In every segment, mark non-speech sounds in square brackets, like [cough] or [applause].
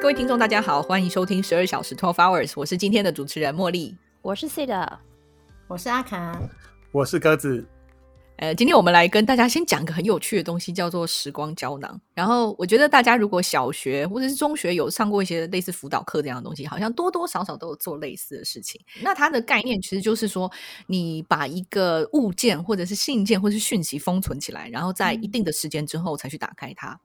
各位听众，大家好，欢迎收听十二小时 Twelve Hours，我是今天的主持人茉莉。我是 C 的，我是阿卡，我是鸽子，呃，今天我们来跟大家先讲一个很有趣的东西，叫做时光胶囊。然后我觉得大家如果小学或者是中学有上过一些类似辅导课这样的东西，好像多多少少都有做类似的事情。那它的概念其实就是说，你把一个物件或者是信件或是讯息封存起来，然后在一定的时间之后才去打开它。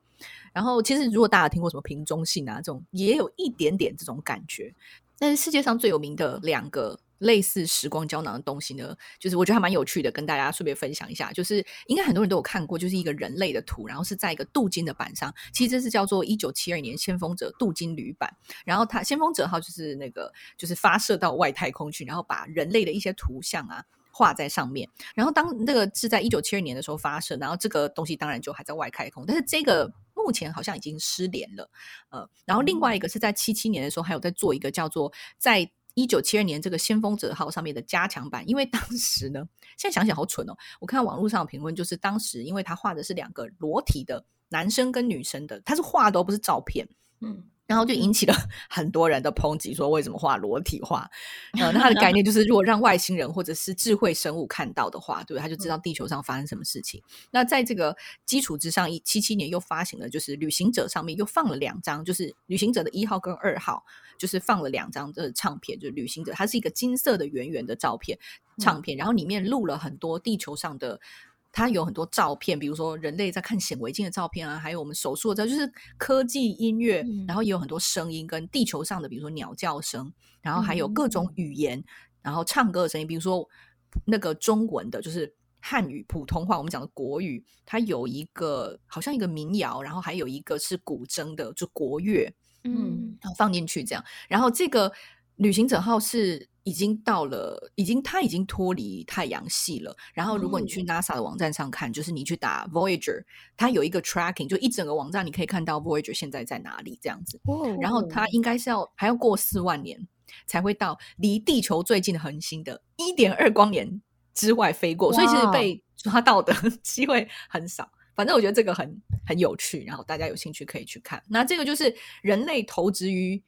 然后其实如果大家听过什么瓶中信啊这种，也有一点点这种感觉。但是世界上最有名的两个类似时光胶囊的东西呢，就是我觉得还蛮有趣的，跟大家顺便分享一下。就是应该很多人都有看过，就是一个人类的图，然后是在一个镀金的板上。其实这是叫做一九七二年先锋者镀金铝板，然后它先锋者号就是那个就是发射到外太空去，然后把人类的一些图像啊。画在上面，然后当那个是在一九七二年的时候发射，然后这个东西当然就还在外太空，但是这个目前好像已经失联了。呃，然后另外一个是在七七年的时候，还有在做一个叫做在一九七二年这个先锋者号上面的加强版，因为当时呢，现在想想好蠢哦。我看网络上的评论，就是当时因为他画的是两个裸体的男生跟女生的，他是画的哦，不是照片，嗯，然后就引起了 [laughs] 很多人的抨击，说为什么画裸体画？呃，那它的概念就是，如果让外星人或者是智慧生物看到的话，对不对？他就知道地球上发生什么事情。那在这个基础之上，一七七年又发行了，就是《旅行者》上面又放了两张，就是《旅行者》的一号跟二号，就是放了两张的唱片，就是《旅行者》，它是一个金色的圆圆的照片唱片，然后里面录了很多地球上的。它有很多照片，比如说人类在看显微镜的照片啊，还有我们手术的照，就是科技音乐，嗯然后也有很多声音跟地球上的，比如说鸟叫声，然后还有各种语言，然后唱歌的声音，比如说那个中文的，就是汉语、普通话，我们讲的国语，它有一个好像一个民谣，然后还有一个是古筝的，就国乐，嗯然后放进去这样。然后这个旅行者号是已经到了，已经它已经脱离太阳系了。然后如果你去 NASA 的网站上看，就是你去打 Voyager，它有一个 tracking，就一整个网站你可以看到 Voyager 现在在哪里这样子。哦然后它应该是要还要过四万年才会到离地球最近的恒星的一点二光年之外飞过，所以其实哇哦被抓到的 [laughs] 机会很少。反正我觉得这个很很有趣，然后大家有兴趣可以去看。那这个就是人类投掷于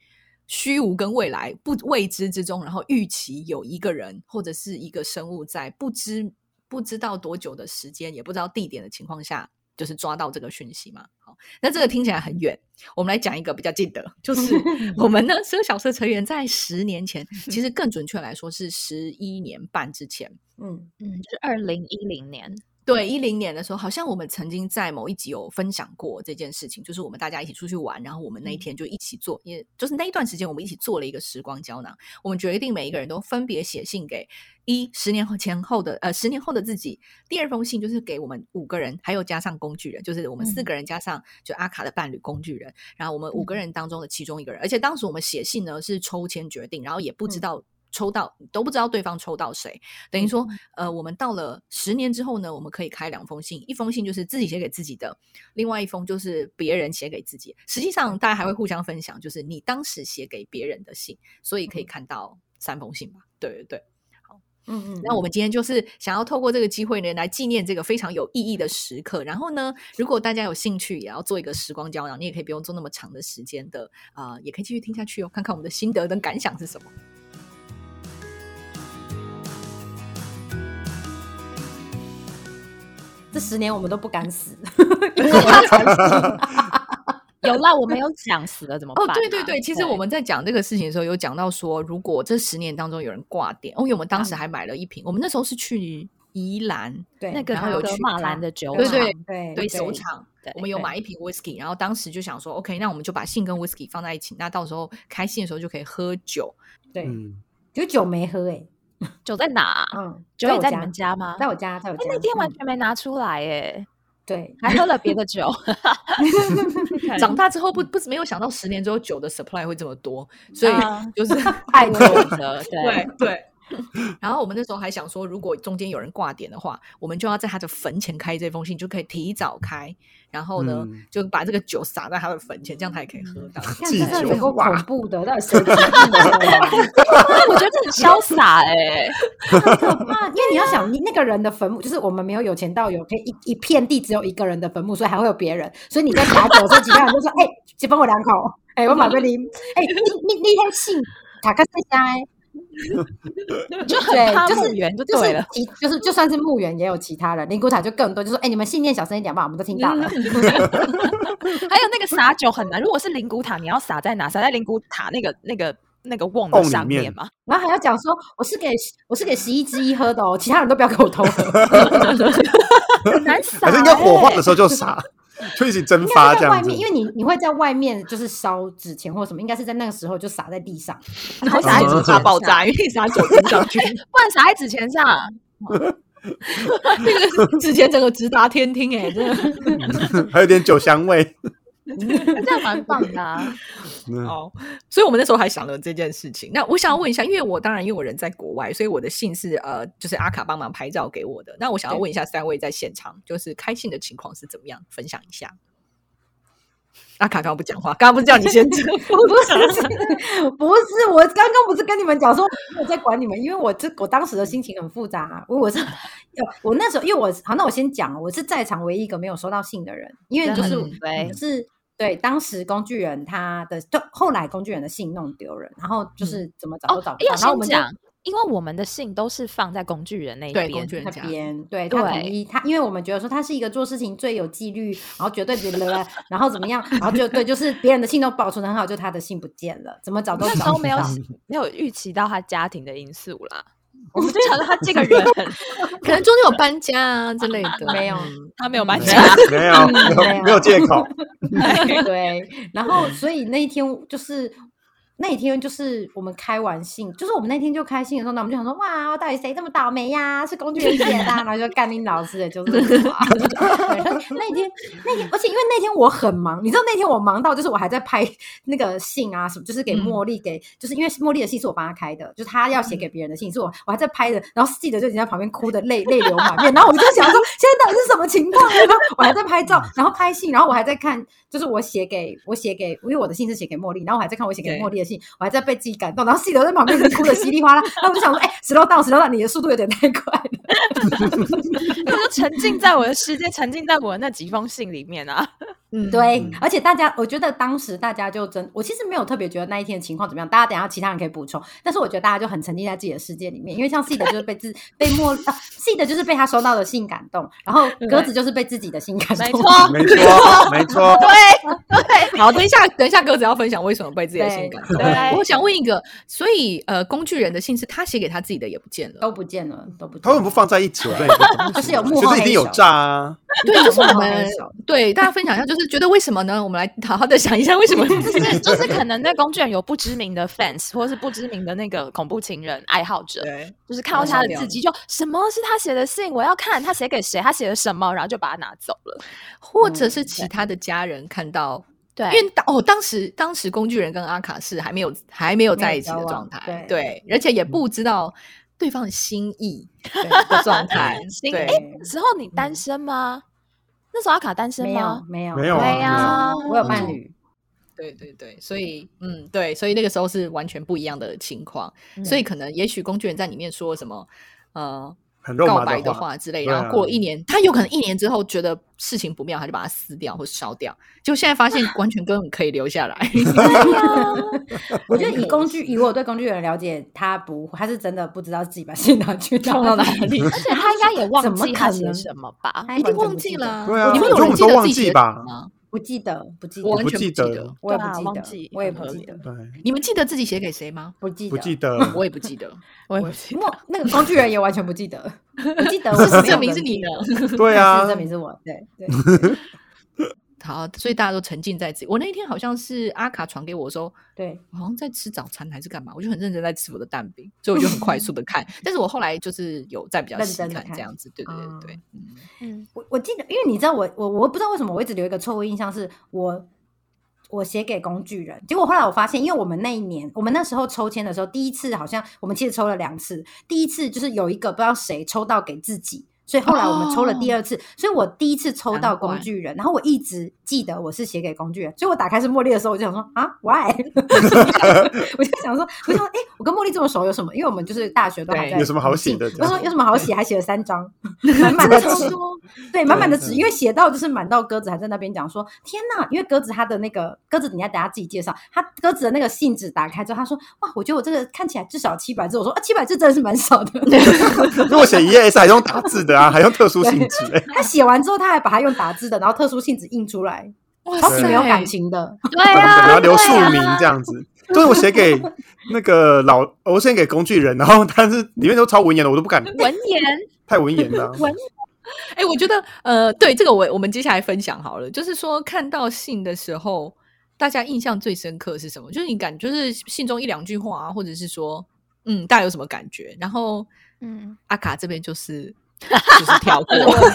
虚无跟未来不未知之中，然后预期有一个人或者是一个生物在不知不知道多久的时间，也不知道地点的情况下，就是抓到这个讯息嘛。好，那这个听起来很远，我们来讲一个比较近的，就是我们呢，奢小社成员在十年前，其实更准确来说是十一年半之前，嗯嗯，就是二零一零年，对，一零年的时候，好像我们曾经在某一集有分享过这件事情，就是我们大家一起出去玩，然后我们那一天就一起做，也就是那一段时间，我们一起做了一个时光胶囊。我们决定每一个人都分别写信给一十年后前后的呃十年后的自己，第二封信就是给我们五个人，还有加上工具人，就是我们四个人加上就阿卡的伴侣工具人，然后我们五个人当中的其中一个人。而且当时我们写信呢是抽签决定，然后也不知嗯道。抽到都不知道对方抽到谁，等于说，呃，我们到了十年之后呢，我们可以开两封信，一封信就是自己写给自己的，另外一封就是别人写给自己。实际上，大家还会互相分享，就是你当时写给别人的信，所以可以看到三封信吧？对对对。嗯嗯，那我们今天就是想要透过这个机会呢，来纪念这个非常有意义的时刻。然后呢，如果大家有兴趣，也要做一个时光胶囊，你也可以不用做那么长的时间的啊、也可以继续听下去哦，看看我们的心得跟感想是什么。这十年我们都不敢死， [laughs] [laughs] 有啦，我没有讲死了怎么办、啊哦，对对对，其实我们在讲这个事情的时候，有讲到说，如果这十年当中有人挂点，哦，因为我们当时还买了一瓶，我们那时候是去宜兰，对那个然后有格去马看兰的酒对对厂哎对对手厂，对哎我们有对买一瓶 whisky，然后当时就想说，OK，那我们就把信跟 whisky 放在一起，那到时候开信的时候就可以喝酒。对，嗯，就酒没喝哎，酒在哪啊、嗯，酒在也我在你们家吗？在我家，在我哎家，那天完嗯全没拿出来耶，对，还喝了别的酒。 [laughs] 长大之后不不没有想到十年之后酒的 supply 会这么多，所以啊就是太多了，的，对对对。 [laughs] 然后我们那时候还想说，如果中间有人挂点的话，我们就要在他的坟前开这封信，就可以提早开。然后呢，嗯就把这个酒洒在他的坟前，这样他也可以喝到。看自己这是酒有够哇恐怖的，到底谁的 [laughs] 恐怖的？我觉得这很潇洒哎、很可怕，因为你要想，你那个人的坟墓，就是我们没有有钱到有可以一一 [laughs] 片地只有一个人的坟墓，所以还会有别人，所以你在打酒的时候，其他人就说：“哎、请分我两口。哎、哎、我 [laughs] 马这里，哎、你你你那信卡卡在家、欸，就很对怕就是墓园就就对是了。其就是就算是墓园也有其他人，灵骨塔就更多，就说哎、你们信念小声一点吧，我们都听到了。嗯还有那个撒酒很难，如果是灵骨塔，你要撒在哪？撒在灵骨塔那个那个那个瓮的瓮里上面面嘛。然后还要讲说我是给我是给十一之一喝的哦，其他人都不要给我偷 [laughs] 喝，很难撒、欸，还是应该火化的时候就撒， [laughs] 就一起蒸应发该这是在外样子面，。因为你你会在外面就是烧纸钱或什么，应该是在那个时候就撒在地 [laughs] 上。然后撒在纸嗯扎爆 [laughs] 炸，因为撒酒精上去，不然撒在纸钱上。 [laughs] 这个之前整个直达天听 [laughs] 哎、真的 [laughs] 还有点酒香味。这样蛮棒 [laughs] 的、啊。嗯哦。所以我们那时候还想了这件事情。那我想要问一下，因为我当然因为我人在国外，所以我的信是呃，就是阿卡帮忙拍照给我的。那我想要问一下三位在现场就是开信的情况是怎么样，分享一下。阿卡刚刚不讲话，刚刚不是叫你先 [laughs] 讲，不是，不是，我刚刚不是跟你们讲说我没有在管你们，因为我这我当时的心情很复杂、啊，因为 [laughs] 我是，我那时候因为我好，那我先讲，哦我是在场唯一一个没有收到信的人，因为就是嗯对我，是对当时工具人他的，就后来工具人的信弄丢人，然后就是怎么找都找哦，不到，要然后我先们就讲，因为我们的信都是放在工具人那一对边，工具人那家，边对他统对一他，因为我们觉得说他是一个做事情最有纪律，然后绝对觉得， [laughs] 然后怎么样，然后就对，就是别人的信都保存得很好，就他的信不见了，怎么找都那时找候不没有到。没有预期到他家庭的因素 [laughs] 啦。我们就想到他这个 [laughs] 人，可能中间有搬家啊之类 [laughs] 的，没有嗯他没有搬没家，有没有没有有没有借口，对，然后所以那一天就是那一天就是我们开完信，就是我们那天就开信的时候，那我们就想说，哇，到底谁这么倒霉呀、是工具人写的啊、然后就干林老师的就是我啊对那天那天，而且因为那天我很忙，你知道那天我忙到就是我还在拍 [laughs] 那个信啊什么，就是给茉莉给，就是因为茉莉的信是我帮她开的，就是她要写给别人的信，是我我还在拍的，然后记者就已经在旁边哭的泪泪流满面，然后我就想说现在到底是什么情况？然后我还在拍照，然后拍信，然后我还在看，就是我写给我写给，因为我的信是写给茉莉，然后我还在看我写给对茉莉的信，我还在被自己感动，然后 [laughs] 记者在旁边已经哭的稀里哗啦，然后我就想说，哎、石头到石头到，你的速度有点太快了。 [laughs] 他就沉浸在我的世界，沉浸在我的那几封信里 [laughs] 面啊。嗯对嗯，而且大家，我觉得当时大家就真，我其实没有特别觉得那一天的情况怎么样，大家等一下其他人可以补充。但是我觉得大家就很沉浸在自己的世界里面，因为像 C 的就是被自被莫啊，C 的就是被他收到的信感动，然后鸽子就是被自己的信感动。没错没错没错，好，等一下，等一下，鸽子要分享为什么被自己的信感动对。我想问一个，所以呃，工具人的信是他写给他自己的，也不见了。都不见了，都不见他为什了么不放在一起？我真的不懂就是有幕后觉得一定有黑手诈啊！对，就是我幕后黑们手对大家分享一下，就是觉得为什么呢？我们来好好的想一下，为什么就是就是可能那工具人有不知名的 fans，或是不知名的那个恐怖情人爱好者，对就是看到他的字迹就什么是他写的信，我要看他写给谁，他写的什么，然后就把它拿走了。或者嗯是其他的家人看到，对因为当哦，当时当时工具人跟阿卡是还没有还没有在一起的状没有态，交往对，而且也不知道对方的心意的状 [laughs] 态，心对哎、那时候你嗯单身吗？那时候阿卡单身没 [laughs] 有吗？没有没有啊对呀、我有伴侣，对对对，所以嗯，对，所以那个时候是完全不一样的情况，所以可能也许工具人在里面说什么呃很肉告麻白的话，话之类，对然啊后过了一年，他有可能一年之后觉得事情不妙，他就把它撕掉或烧掉，就现在发现完全根本可以留 [laughs] 下来。对呀、我觉得以工具，以我对工具人的了解，他不，他是真的不知道自己把信拿去放到哪 [laughs] 里，而且他应该也忘怎么记他可写能哎什么吧？他一定完全忘不记记了了啊，对啊你们我有觉得人我们记都得忘自己记写吧什么吗？不记得，不记得，我完不全记得得我也对啊不忘记记得，我也很不合记理得，对，你们记得自己写给谁吗？不记不得， [laughs] 记得。 [laughs] 我也不记得，我也不记得。莫那个工具人也完全不记得，不记 [laughs] 得事实证明是你的。对啊事实，证明是我，对 [laughs] 对，好，所以大家都沉浸在自己。我那一天好像是阿卡传给我说，对，我好像在吃早餐还是干嘛，我就很认真在吃我的蛋饼，所以我就很快速的看。 [laughs] 但是我后来就是有在比较认细真地看看这样子，对对对对，嗯嗯，我我记得，因为你知道我我我不知道为什么我一直留一个错误印象，是我我写给工具人，结果后来我发现，因为我们那一年，我们那时候抽签的时候，第一次好像我们其实抽了两次，第一次就是有一个不知道谁抽到给自己。所以后来我们抽了第二次，所以我第一次抽到哦难怪工具人，然后我一直记得我是写给工具人，所以我打开是茉莉的时候，我就想说啊，why？我 [laughs] 就想说，我就说，哎、我跟茉莉这么熟有什么？因为我们就是大学都还对在有什么好写的我说有什么好写？还写了三 [laughs] 张，满满真的的纸超，多，对，满满的纸，对因为写到就是满到鸽子还在那边讲说：“天呐！”因为鸽子他的那个鸽子，你要等下自己介绍。他鸽子的那个信纸打开之后，他说：“哇，我觉得我这个看起来至少七百字。”我说：“啊，七百字真的是蛮少 [laughs] 的。因为我写一页 S 还用打字的啊，还用特殊性质、欸，”他写完之后，他还把它用打字的，然后特殊信纸印出 [laughs] 来，哇超级没有感情的。，对版本，啊，然后留对署啊名这样子。对，我写给那个老，我写给工具人，然后但是里面都超文言的，我都不敢，文言太文言了啊。文哎、我觉得呃，对这个我我们接下来分享好了，就是说看到信的时候，大家印象最深刻是什么？就是你感就是信中一两句话、啊，或者是说嗯，大家有什么感觉？然后嗯，阿卡这边就是就是跳过 [laughs]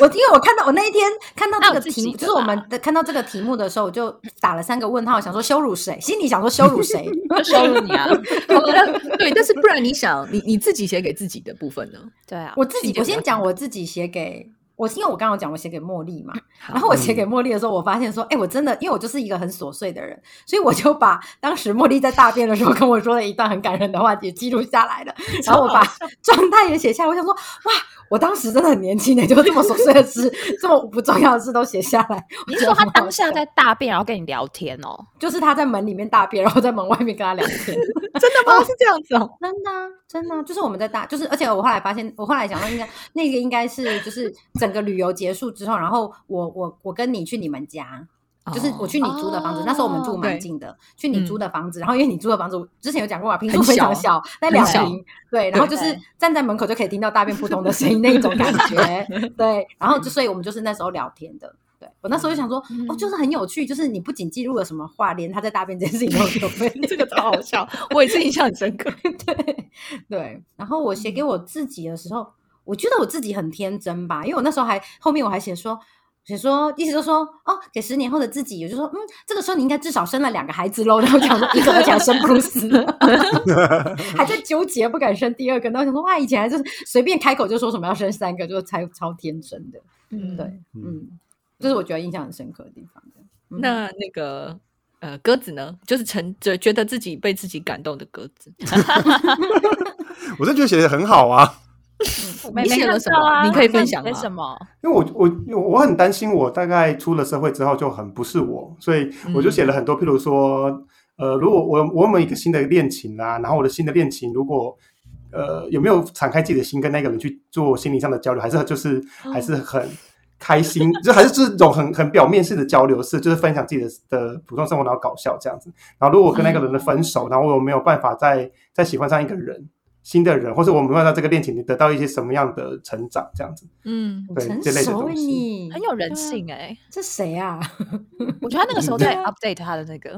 我因为我看到我那一天看到这个还有自题己目，的就是我们的看到这个题目的时候，我就打了三个问号，想说羞辱谁？心里想说羞 [laughs] 辱谁？就羞辱你啊， [laughs] 好了 [laughs] 对，但是不然你想你你自己写给自己的部分呢？对啊，我自信己件我比较先讲我自己写给我，因为我刚刚有讲我写给茉莉嘛，好然后我嗯写给茉莉的时候，我发现说，哎、我真的，因为我就是一个很琐碎的人，所以我就把当时茉莉在大便的时候跟我说的一段很感人的话也记录下 [laughs] 来了，然后我把状态也写下来。我想说，哇，我当时真的很年轻的，欸就这么琐碎的事，这么不重要的事都写下来。你我是觉说得他很好当下笑在大便，然后跟你聊天哦？就是他在门里面大便，然后在门外面跟他聊天。 [laughs] 真的吗？是这样子哦。 [laughs] 真的啊、真的啊、就是我们在大，就是而且我后来发现，我后来想到应该 [laughs] 那个应该是就是整个旅游结束之后，然后我我我跟你去你们家，哦就是我去你租的房子，那时候我们住蛮对近的，去你嗯租的房子，然后因为你租的房子我之前有讲过嘛，平数很非常小小，那很两小平，对，然后就是对站在门口就可以听到大便扑通的声音那一种感觉， [laughs] 对，然后就所以我们就是那时候聊天的。对我那时候就想说，哦，嗯就是很有趣，就是你不仅记录了什么话，连他在大便这件事情都有被这个超好 [laughs] 笑，我也是印象很深刻。对 [laughs] 对，然后我写给我自己的时候，我觉得我自己很天真吧，因为我那时候还后面我还写说。写说，意思就说，哦，给十年后的自己，我就说，嗯，这个时候你应该至少生了两个孩子喽。然后讲说，一个而且还生不如死， [laughs] 还在纠结不敢生第二个。然后想说，哇，以前还就是随便开口就说什么要生三个，就是超超天真的。嗯对，，嗯，嗯，这是我觉得印象很深刻的地方。嗯那那个呃，鸽子呢？就是成觉觉得自己被自己感动的鸽 [laughs] 子。我真的觉得写的很好啊，我没你没写了看什到么啊你可以那分你享写吗什么？因为我我我很担心，我大概出了社会之后就很不是我，所以我就写了很多，譬如说，呃，如果我我有没有一个新的恋情啦、然后我的新的恋情如果呃有没有敞开自己的心跟那个人去做心灵上的交流，还是就是还是很。开心，就还是这种很很表面式的交流式，就是分享自己的的普通生活，然后搞笑这样子。然后如果我跟那个人的分手，然后我有没有办法再再喜欢上一个人，新的人，或者我们有没有在这个恋情里得到一些什么样的成长这样子？嗯，很对成这类的熟东欸西你，很有人对啊性哎，这谁啊？我觉得他那个 [laughs] 时候对在啊 update 他的那个，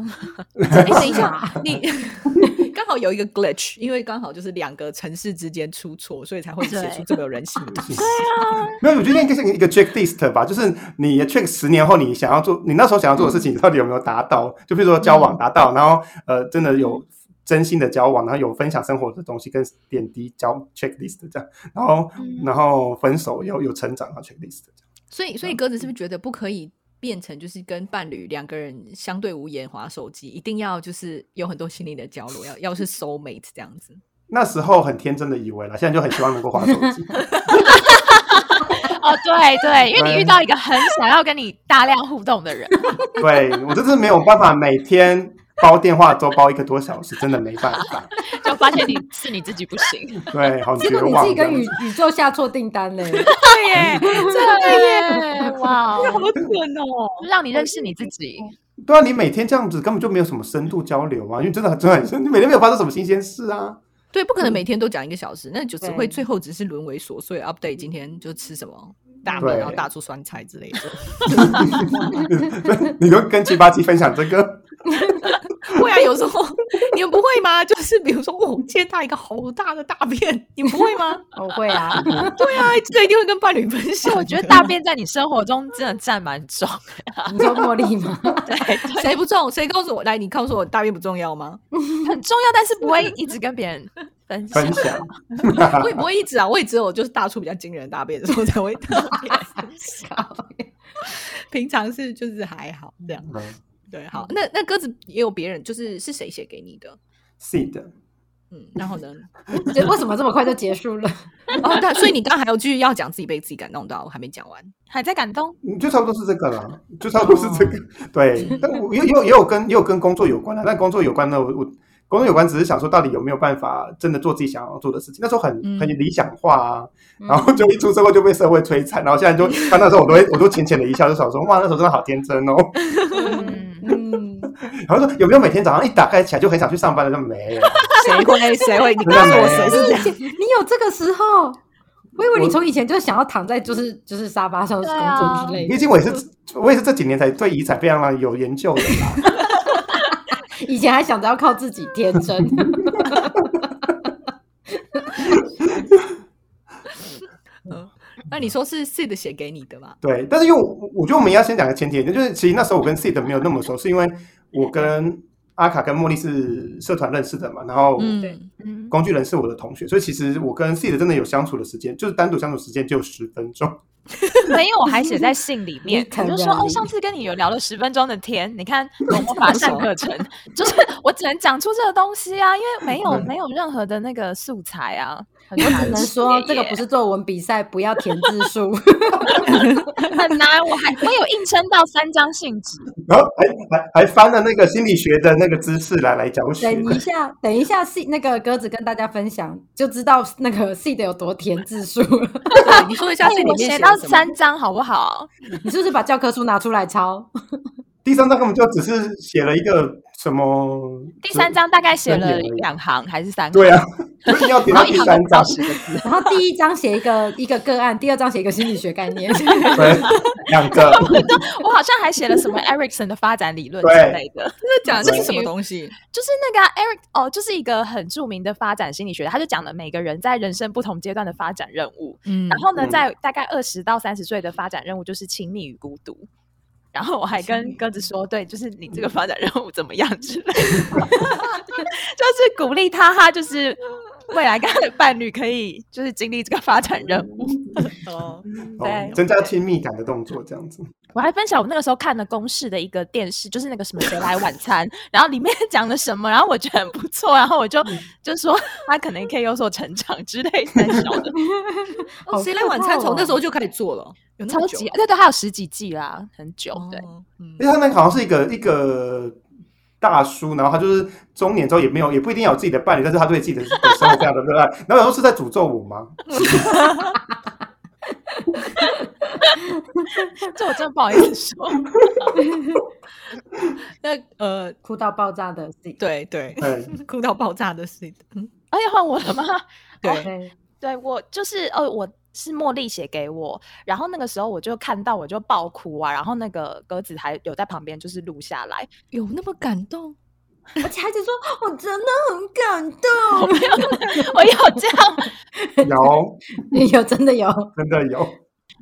哎，等一哇下，你 [laughs] 刚好有一个 glitch，因为刚好就是两个城市之间出错，所以才会写出对这么有人性 [laughs] 的东西。啊没有，我觉得应该是一个 checklist 吧，就是你 check 十年后你想要做，你那时候想要做的事情，你到底有没有达到？嗯就比如说交往达到，然后呃，真的有真心的交往，然后有分享生活的东西跟点滴交 checklist 这样，然后、嗯然后分手有有成长啊 checklist 这样。所以，所以鸽子是不是觉得不可以变成就是跟伴侣两个人相对无言划手机，一定要就是有很多心灵的交流，要要是 soul mate 这样子？那时候很天真的以为啦，现在就很希望能够滑 [laughs] 手机。哦，对对，因为你对遇到一个很想要跟你大量互动的人，对我真是没有办法每天煲电话粥煲一个多小时，真的没办法。就发现你是你自己不 [laughs] 行。对，好结绝果你望自己这跟样宇子。宇宙下错订单嘞，对耶，对耶，哇哦，好准哦！就让你认识你自己。对啊，你每天这样子根本就没有什么深度交流啊，因为真的很真的很深，你每天没有发生什么新鲜事啊。 [laughs] 对，不可能每天都讲一个小时，那就只会对最后只是沦为琐碎 update。今天就吃什么大米，对然后大出酸菜之类的。你都跟七八七分享这个，会啊，有时候你们不会吗？就是比如说，我、哦、接到一个好大的大便，你们不会吗？ [laughs] 我会啊。对啊，这一定会跟伴侣分享但的。哎我觉得大便在你生活中真的占蛮重，你说茉 [laughs] 莉吗？谁不重？谁告诉我？来，你告诉我，大便不重要吗？很重要，但是不会一直跟别人分享分享，我也不会一直啊，我也只有就是大出比较惊人的大便的时候才会特别分享， [laughs] 平常是就是还好这样。嗯对，好，那那鸽子也有别人，就是是谁写给你的？ ，seed，嗯，然后呢？这为什么这么快就结束了？ [laughs] 哦，对，所以你刚刚还有句要讲自己被自己感动到，我还没讲 [laughs] 完。还在感动，嗯就差不多是这个啦，就差不多是这个。对，但我也也有也有跟也有跟工作有关啊的，但工作有关呢，我我工作有关只是想说，到底有没有办法真的做自己想要做的事情？那时候很嗯很理想化啊，然后就一出社会就被社会摧残，然后现在就看那时候我都会我都浅浅的一笑，就想说哇，那时候真的好天真哦。嗯嗯， [laughs] 然后说有没有每天早上一打开起来就很想去上班的？就没有。谁会？谁会？你真的告诉我没谁有是这样？你有这个时候，我以为你我从以前就想要躺在就是就是沙发上工对啊作之类毕的，竟我也是我也是这几年才对遗产非常的有研究 [laughs] 的啦。以前还想着要靠自己天真。 [laughs] 那你说是 Sid 写给你的吗？对，但是因为我我觉得我们要先讲个前提，就是其实那时候我跟 Sid 没有那么熟，是因为我跟阿卡跟茉莉是社团认识的嘛，然后 [laughs] 嗯， [laughs] 嗯，工具人是我的同学，所以其实我跟 Sid 真的有相处的时间，就是单独相处时间只有十分钟。 [laughs] 没有，我还写 [laughs] 在信里面，你我就说看哦，到你上次跟你有聊了十分钟的天，你看多么乏善可陈，就是我只能讲出这个东西啊，因为没嗯有没有任何的那个素 [laughs] 材啊，很我难只能写说，这个耶不是作文比赛，不要填字 [laughs] 数。很难，我还我有硬撑到三张信纸，然后还还还翻了那个心理学的那个知识来来教学。等一下，等一下，C 那个鸽子跟大家分享，就知道那个 C 的有多填字数了。对，你说一下哎 Sid 里我面写写到了什么？三张好不好？你是不是把教科书拿出来抄？第三章根本就只是写了一个什么？第三章大概写三了点而已两行还是三行？对啊， [laughs] 就是要点然到后一第行三都不到 [laughs] 章。十个字， [laughs] 然后第一章写一个一个个案，第二章写一个心理学 [laughs] 概念。哦对，两个。我好像还写了什么 Erickson 的发展理论之对类的。那讲的对是什么东西？就是那个、啊、Eric 哦，就是一个很著名的发展心理学家，他就讲了每个人在人生不同阶段的发展任务。嗯然后呢，嗯在大概二十到三十岁的发展任务就是亲密与孤独。然后我还跟鸽子说，对，就是你嗯这个发展任务怎么样之 [laughs] 类的，就是鼓励他，他就是未来跟他的伴侣可以就是经历这个发展任务。哦，哦对，增加亲密感的动作，这样子。我还分享我那个时候看的公式的一个电视，就是那个什么谁来晚餐，然后里面 [laughs] 讲了什么，然后我觉得很不错，然后我就就说他可能可以有所成长之类的，小 [laughs] 的好谁来晚餐可怕哦从那时候就开始做了？有那超么久级对对，还有十几季啦，很久哦对。嗯因为他们好像是一个一个大叔，然后他就是中年之后也没有，也不一定要有自己的伴侣，但是他对自己的的生活非常的热爱。然后有时候是在诅咒 [laughs] 我吗？这我真的不好意思 [laughs] 说，那呃，哭到爆炸的 C。对对，对，哭到爆炸的 Sid，嗯，而且哎换我了吗？ [laughs] 对，哦对，对我就是哦，我是茉莉写给我，然后那个时候我就看到我就爆哭啊，然后那个鸽子还有在旁边就是录下来， [laughs] 有那么感动？而且还是说哦我真的很感动， [laughs] 我有这样有，有真的有，真的有。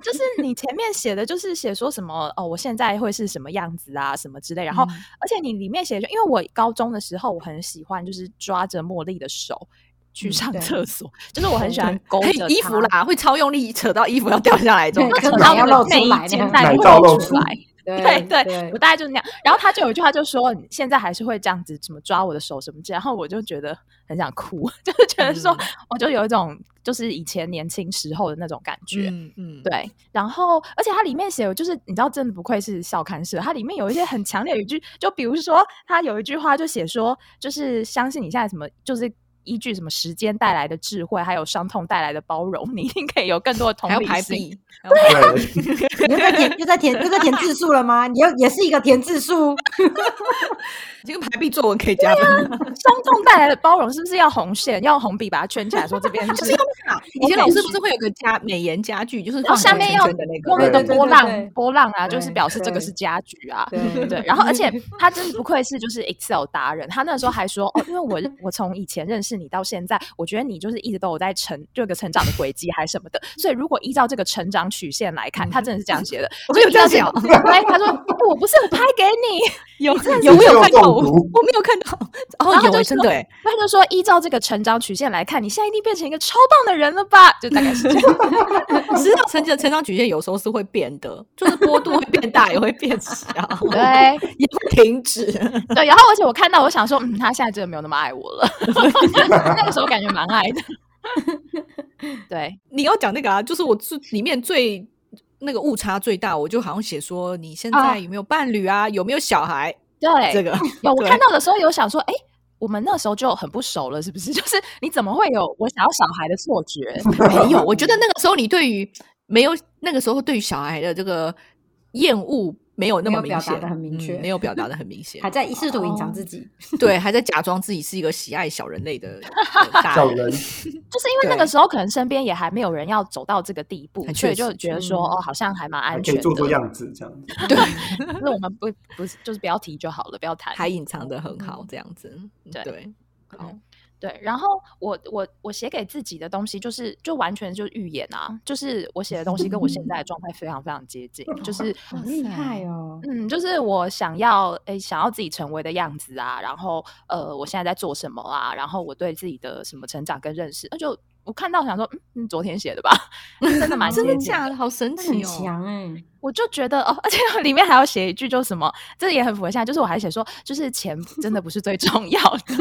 就是你前面写的，就是写说什么哦，我现在会是什么样子啊，什么之类。然后，嗯而且你里面写的，因为我高中的时候，我很喜欢就是抓着茉莉的手去嗯上对厕所，就是我很喜欢勾嘿着衣她服，啦，会超用力扯到衣服要掉下来这种对感觉，嗯扯跟到奶那要个露出内衣来肩那带样会奶罩露出出来。对对对，我大概就是那样。然后他就有一句话就说：“你现在还是会这样子，什么抓我的手什么之类。”然后我就觉得很想哭， [laughs] 就是觉得说，我就有一种就是以前年轻时候的那种感觉。嗯嗯，对，然后而且它里面写有，就是你知道，真的不愧是校刊社，它里面有一些很强烈的语句，就比如说它有一句话就写说，就是相信你现在什么，就是依据什么时间带来的智慧，还有伤痛带来的包容，你一定可以有更多的同还要理排心。 [laughs] 比， [laughs] 还要排对，你又在填又在填又在填字数了吗？你又也是一个填字数，这个排比作文可以加分。伤痛带来的包容是不是要红线，要用红笔把它圈起来，说这 [laughs] 边就是哎以前老师不是会有个加美颜家具，就是画然后哦下很多面圈要圈的那用那个，个对对波对对浪波浪啊，就是对表示这个对是家局啊。对对，然后而 [laughs] 且他真的不愧是就是 Excel 达人，他那时候还说哦，因为我 [laughs] 我从以前认识你到现在，我觉得你就是一直都有在成这个成长的轨迹还是什么的，所以如果依照这个成长曲线来看，他真 [laughs] 的是这样写的。哦 [laughs] 哎我有这样讲对，他说不我不是我拍给你，有有我有有看重过，读。我没有看到然哦，后他有就欸真说的哎，他就说，依照这个成长曲线来看，你现在一定变成一个超棒的人了吧？就大概是这 [laughs] 样。知道成长成长曲线有时候是会变的，就是波度会变大，也会变小， [laughs] 对也会停止。对，然后而且我看到，我想说，嗯，他现在真的没有那么爱我了。 [laughs] 那个时候感觉蛮爱 [laughs] 的。对，你要讲那个啊，就是我最里面最那个误差最大，我就好像写说你现在啊有没有伴侣啊，有没有小孩？对，这个有我对看到的时候有想说，哎、我们那时候就很不熟了，是不是？ [laughs] 就是你怎么会有我想要小孩的错 [laughs] 觉？没有，我觉得那个时候你对于没有那个时候对于小孩的这个厌恶没有那么没明有表达显，得很明嗯确没有表达的很明显还，在试图隐藏自己。对，还在假装自己是一个喜爱小人类的的大小人。人，就是因为那对个时候可能身边也还没有人要走到这个地步很，所以确实就觉得说，嗯哦，好像还蛮还安可全以的。做做样子这样子。那我们不不是就是不要提就好了，不要谈。还隐藏的很嗯好，这样子。嗯对对，好，对，然后我我我写给自己的东西就是就完全就是预言啊，就是我写的东西跟我现在的状态非常非常接近，就是好厉害哦！嗯，就是我想要诶想要自己成为的样子啊，然后呃我现在在做什么啊，然后我对自己的什么成长跟认识，那就我看到想说嗯嗯昨天写的吧， [laughs] 真的 [laughs] 蛮真接的近假的？好神那奇很哦！强哎，我就觉得哦，而且 [laughs] 里面还要写一句，就是什么，这也很符合现在，就是我还写说，就是钱真的不是最重要的，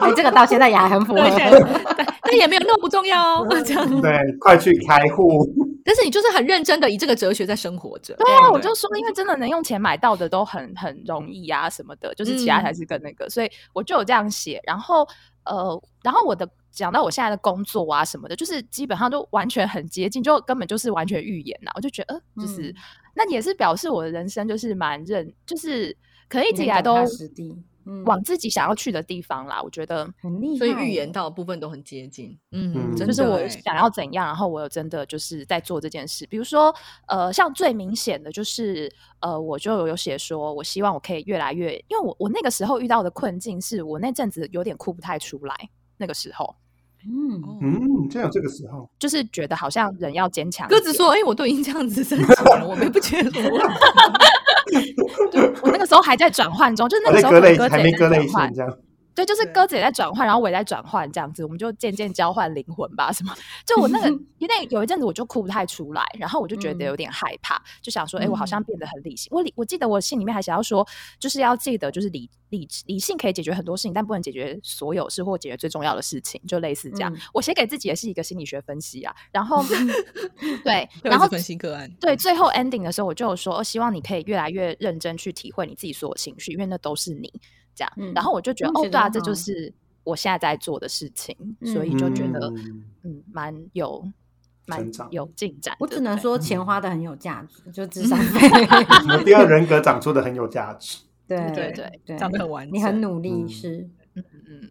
哎，这个到现在也还很符嗯合。 [laughs] 但也没有那么不重要哦。这样，对， [laughs] 快去开户。但是你就是很认真的以这个哲学在生活着。对啊，我就说，因为真的能用钱买到的都很很容易啊，什么的，就是其他才是更那个，所以我就有这样写。然后呃，然后我的讲到我现在的工作啊什么的，就是基本上都完全很接近，就根本就是完全预言呐、我就觉得，呃，就是、嗯那也是表示我的人生就是蛮认，就是可能一直你以来很脚都踏实地，嗯，往自己想要去的地方啦。我觉得，很厉害。所以预言，到的部分都很接近。嗯，嗯真就的是我欸想要怎样，然后我有真的就是在做这件事。比如说，呃，像最明显的就是，呃，我就有写说，我希望我可以越来越，因为我我那个时候遇到的困境是我那阵子有点哭不太出来，那个时候嗯，哦嗯，真有这个时候。就是觉得好像人要坚强一鸽点。子说：“哎，我都已经这样子生气了，我们不觉得我。我那个时候还在转换中，就是那我个在时候割可能泪，还鸽子没也在割转泪腺换，这样。对，就是对鸽子也在转换，然后我也在转换，这样子，我们就渐渐交换灵魂吧，什么？就我 [laughs] 那个有点有一阵子我就哭不太出来，然后我就觉得嗯有点害怕，就想说，哎、我好嗯像变得很理性。我理我记得我信里面还想要说，就是要记得，就是理理理性可以解决很多事情，但不能解决所有事或解决最重要的事情，就类似这样。嗯我写给自己也是一个心理学分析啊，然 [laughs] 后对，”然然后后分析个案，对，最后 ending 的时候，我就有说，哦希望你可以越来越认真去体会你自己所有情绪，因为那都是你这样。嗯然后我就觉得，嗯哦，写对得啊，很这就好是我现在在做的事情，所嗯以就觉得，嗯嗯，蛮有，蛮成长有进展的。我只能对，说嗯钱花的很有价值，就智商 [laughs] 费。你的第二人格长出的很有价值。对对对对对，长得很完整。你很努力嗯是，嗯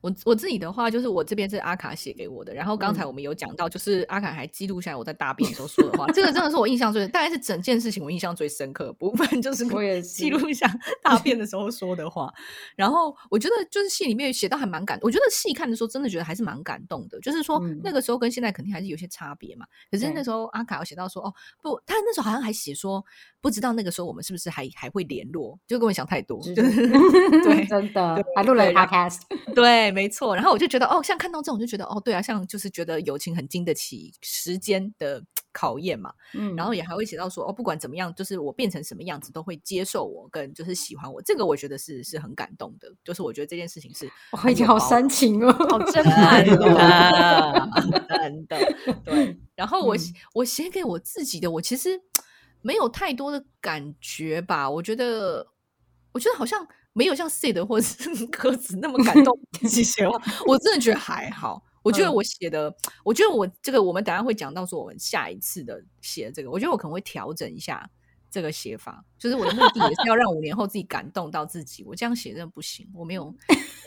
我我自己的话，就是我这边是阿卡写给我的，然后刚嗯才我们有讲到，就是阿卡还记录下来我在大便的时候说的话，这个真的是我印象最，大概是整件事情我印象最深刻的部分，就是我也记是录下大便的时候说的话。然后我觉得就是戏里面写到还蛮感，我觉得细看的时候真的觉得还是蛮感动的，就是说嗯那个时候跟现在肯定还是有些差别嘛。可是对那时候阿卡有写到说，哦不，他那时候好像还写说，不知道那个时候我们是不是还还会联络，就跟我想太多，知就道是 [laughs] [laughs] 对真的对还录了对 podcast，对，没错。然后我就觉得，哦，像看到这种，就觉得，哦，对啊，像就是觉得友情很经得起时间的考验嘛。嗯，然后也还会写到说，哦，不管怎么样，就是我变成什么样子，都会接受我，跟就是喜欢我。这个我觉得是是很感动的，就是我觉得这件事情是我很已经有好包煽情哦，嗯，好 [laughs] 真爱哦。真的， [laughs] 对。然后我、嗯我写给我自己的，我其实没有太多的感觉吧。我觉得，我觉得好像没有像 Sid 或者是鸽子那么感 [laughs] 动自己写话，我真的觉得还好。我觉得哦嗯我写的，我觉得我这个，我们等一下会讲到说我们下一次的写的这个，我觉得我可能会调整一下这个写法，就是我的目的也是要让五年后自己感动到自己。我这样写真的不行，我没有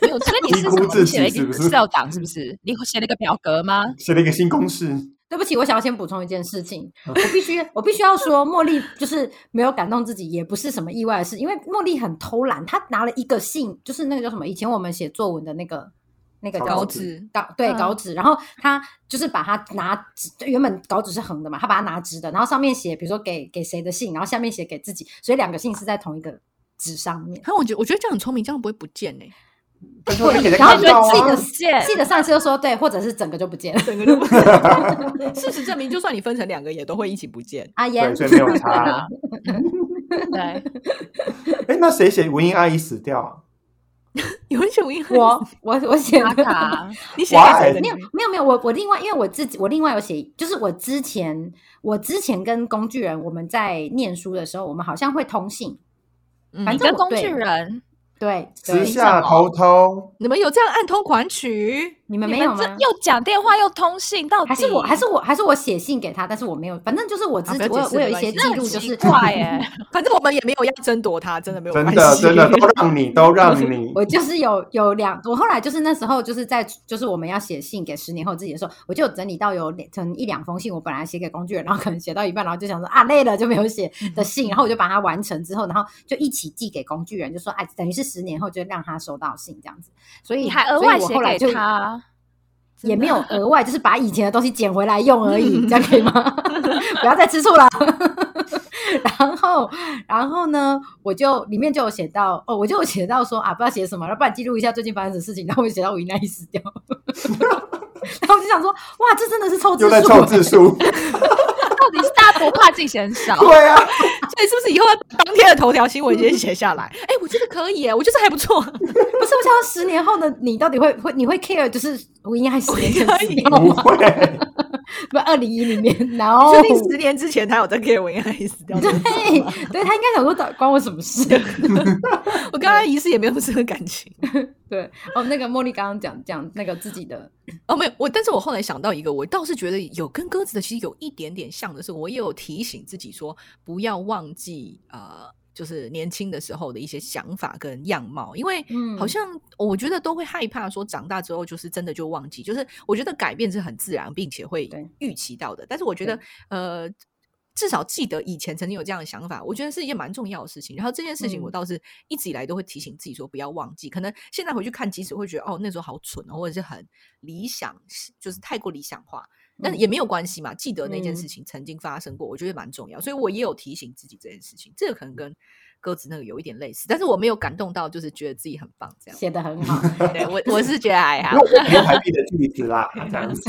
没有，所以你低是估什么自你写了一己是个不是 Excel 档，是不是？你写了一个表格吗？写了一个新公式， [laughs] 对不起，我想要先补充一件事情，我嗯必须我必须要说，茉莉就是没有感动自己，也不是什么意外的事，因为茉莉很偷懒，她拿了一个信，就是那个叫什么，以前我们写作文的那个那个稿叫稿稿什么纸纸。稿对嗯稿纸，然后他就是把它拿直，原本稿纸是横的嘛，他把它拿直的，然后上面写比如说给给谁的信，然后下面写给自己，所以两个信是在同一个纸上面。可我觉我觉得这样很聪明，这样不会不见欸呢、但是我也给然他 [laughs] 后看你就哦到记得啊，见记得上次就说对，或者是整个就不见了。整个就不 [laughs] 见。事实证明，就算你分成两个，也都会一起不见。阿言对，，所以没有差。啊 [laughs] 对，哎，那谁写文英阿姨死掉啊？有人写文英，我我我写阿了卡，嗯你写给谁的？ Why？没有没有没有，我我另外因为我自己我另外有写，就是我之前我之前跟工具人我们在念书的时候，我们好像会通信，嗯反你正跟我工对具人，对私对，下偷偷，你们有这样暗通款曲？你们你没有这吗？又讲电话又通信，到底还是我还是我还是我写信给他，但是我没有，反正就是我自啊己、不要解我有释我没有一关系些记那很录，就是奇怪耶，反正我们也没有要争夺它，真的没有真关的系。真的都让你都让你，我就是有有两，我后来就是那时候就是在就是我们要写信给十年后自己的时候，我就整理到有两可能一两封信，我本来写给工具人，然后可能写到一半，然后就想说啊累了就没有写嗯的信，然后我就把它完成之后，然后就一起寄给工具人，就说哎，等于是十年后就让他收到信这样子，所以你还额外所以写我后来就给他，也没有额外， [laughs] 就是把以前的东西捡回来用而 [laughs] 已，这样可以吗？ [laughs] 不要再吃醋了。 [laughs] 然后，然后呢，我就里面就有写到，哦，我就有写到说啊，不知道写什么，要不然记录一下最近发生的事情。然后我写到我姨奶死掉， [laughs] 然后我就想说，哇，这真的是凑字又在数凑欸，字数，到 [laughs] 底是大家多怕自己嫌 [laughs] 少？对 [laughs] 啊， [laughs] 所以是不是以后要当天的头条新闻先写 [laughs] 下来？哎、我觉得可以耶，我觉得还不错。不是？我想说十年后的你到底会会你会 care 就是我姨奶十年前死掉不吗？会，啊不，二零一零年，然哦后确定十年之前他有在 care 文英阿姨死 [laughs] 掉的对。对，他应该想说，关我什么事？ [laughs] 我跟阿姨是也没有什么感情。对，哦，那个茉莉刚刚讲讲那个自己的哦，没有我，但是我后来想到一个，我倒是觉得有跟鸽子的其实有一点点像的是，我也有提醒自己说，不要忘记呃，就是年轻的时候的一些想法跟样貌，因为嗯好像我觉得都会害怕说长大之后就是真的就忘记，就是我觉得改变是很自然，并且会对预期到的，但是我觉得呃。至少记得以前曾经有这样的想法，我觉得是一件蛮重要的事情。然后这件事情，我嗯倒是一直以来都会提醒自己说不要忘记。可能现在回去看，即使会觉得哦那时候好蠢哦，或者是很理想，就是太过理想化，但嗯也没有关系嘛。记得那件事嗯情曾经发生过，我觉得蛮重要。所以我也有提醒自己这件事情，这个可能跟鸽子那个有一点类似，但是我没有感动到，就是觉得自己很棒这样。写的很好。 [laughs] 对我我是觉得还好 [laughs] 因，为我没有排币的句子 [laughs] 啦，这样子，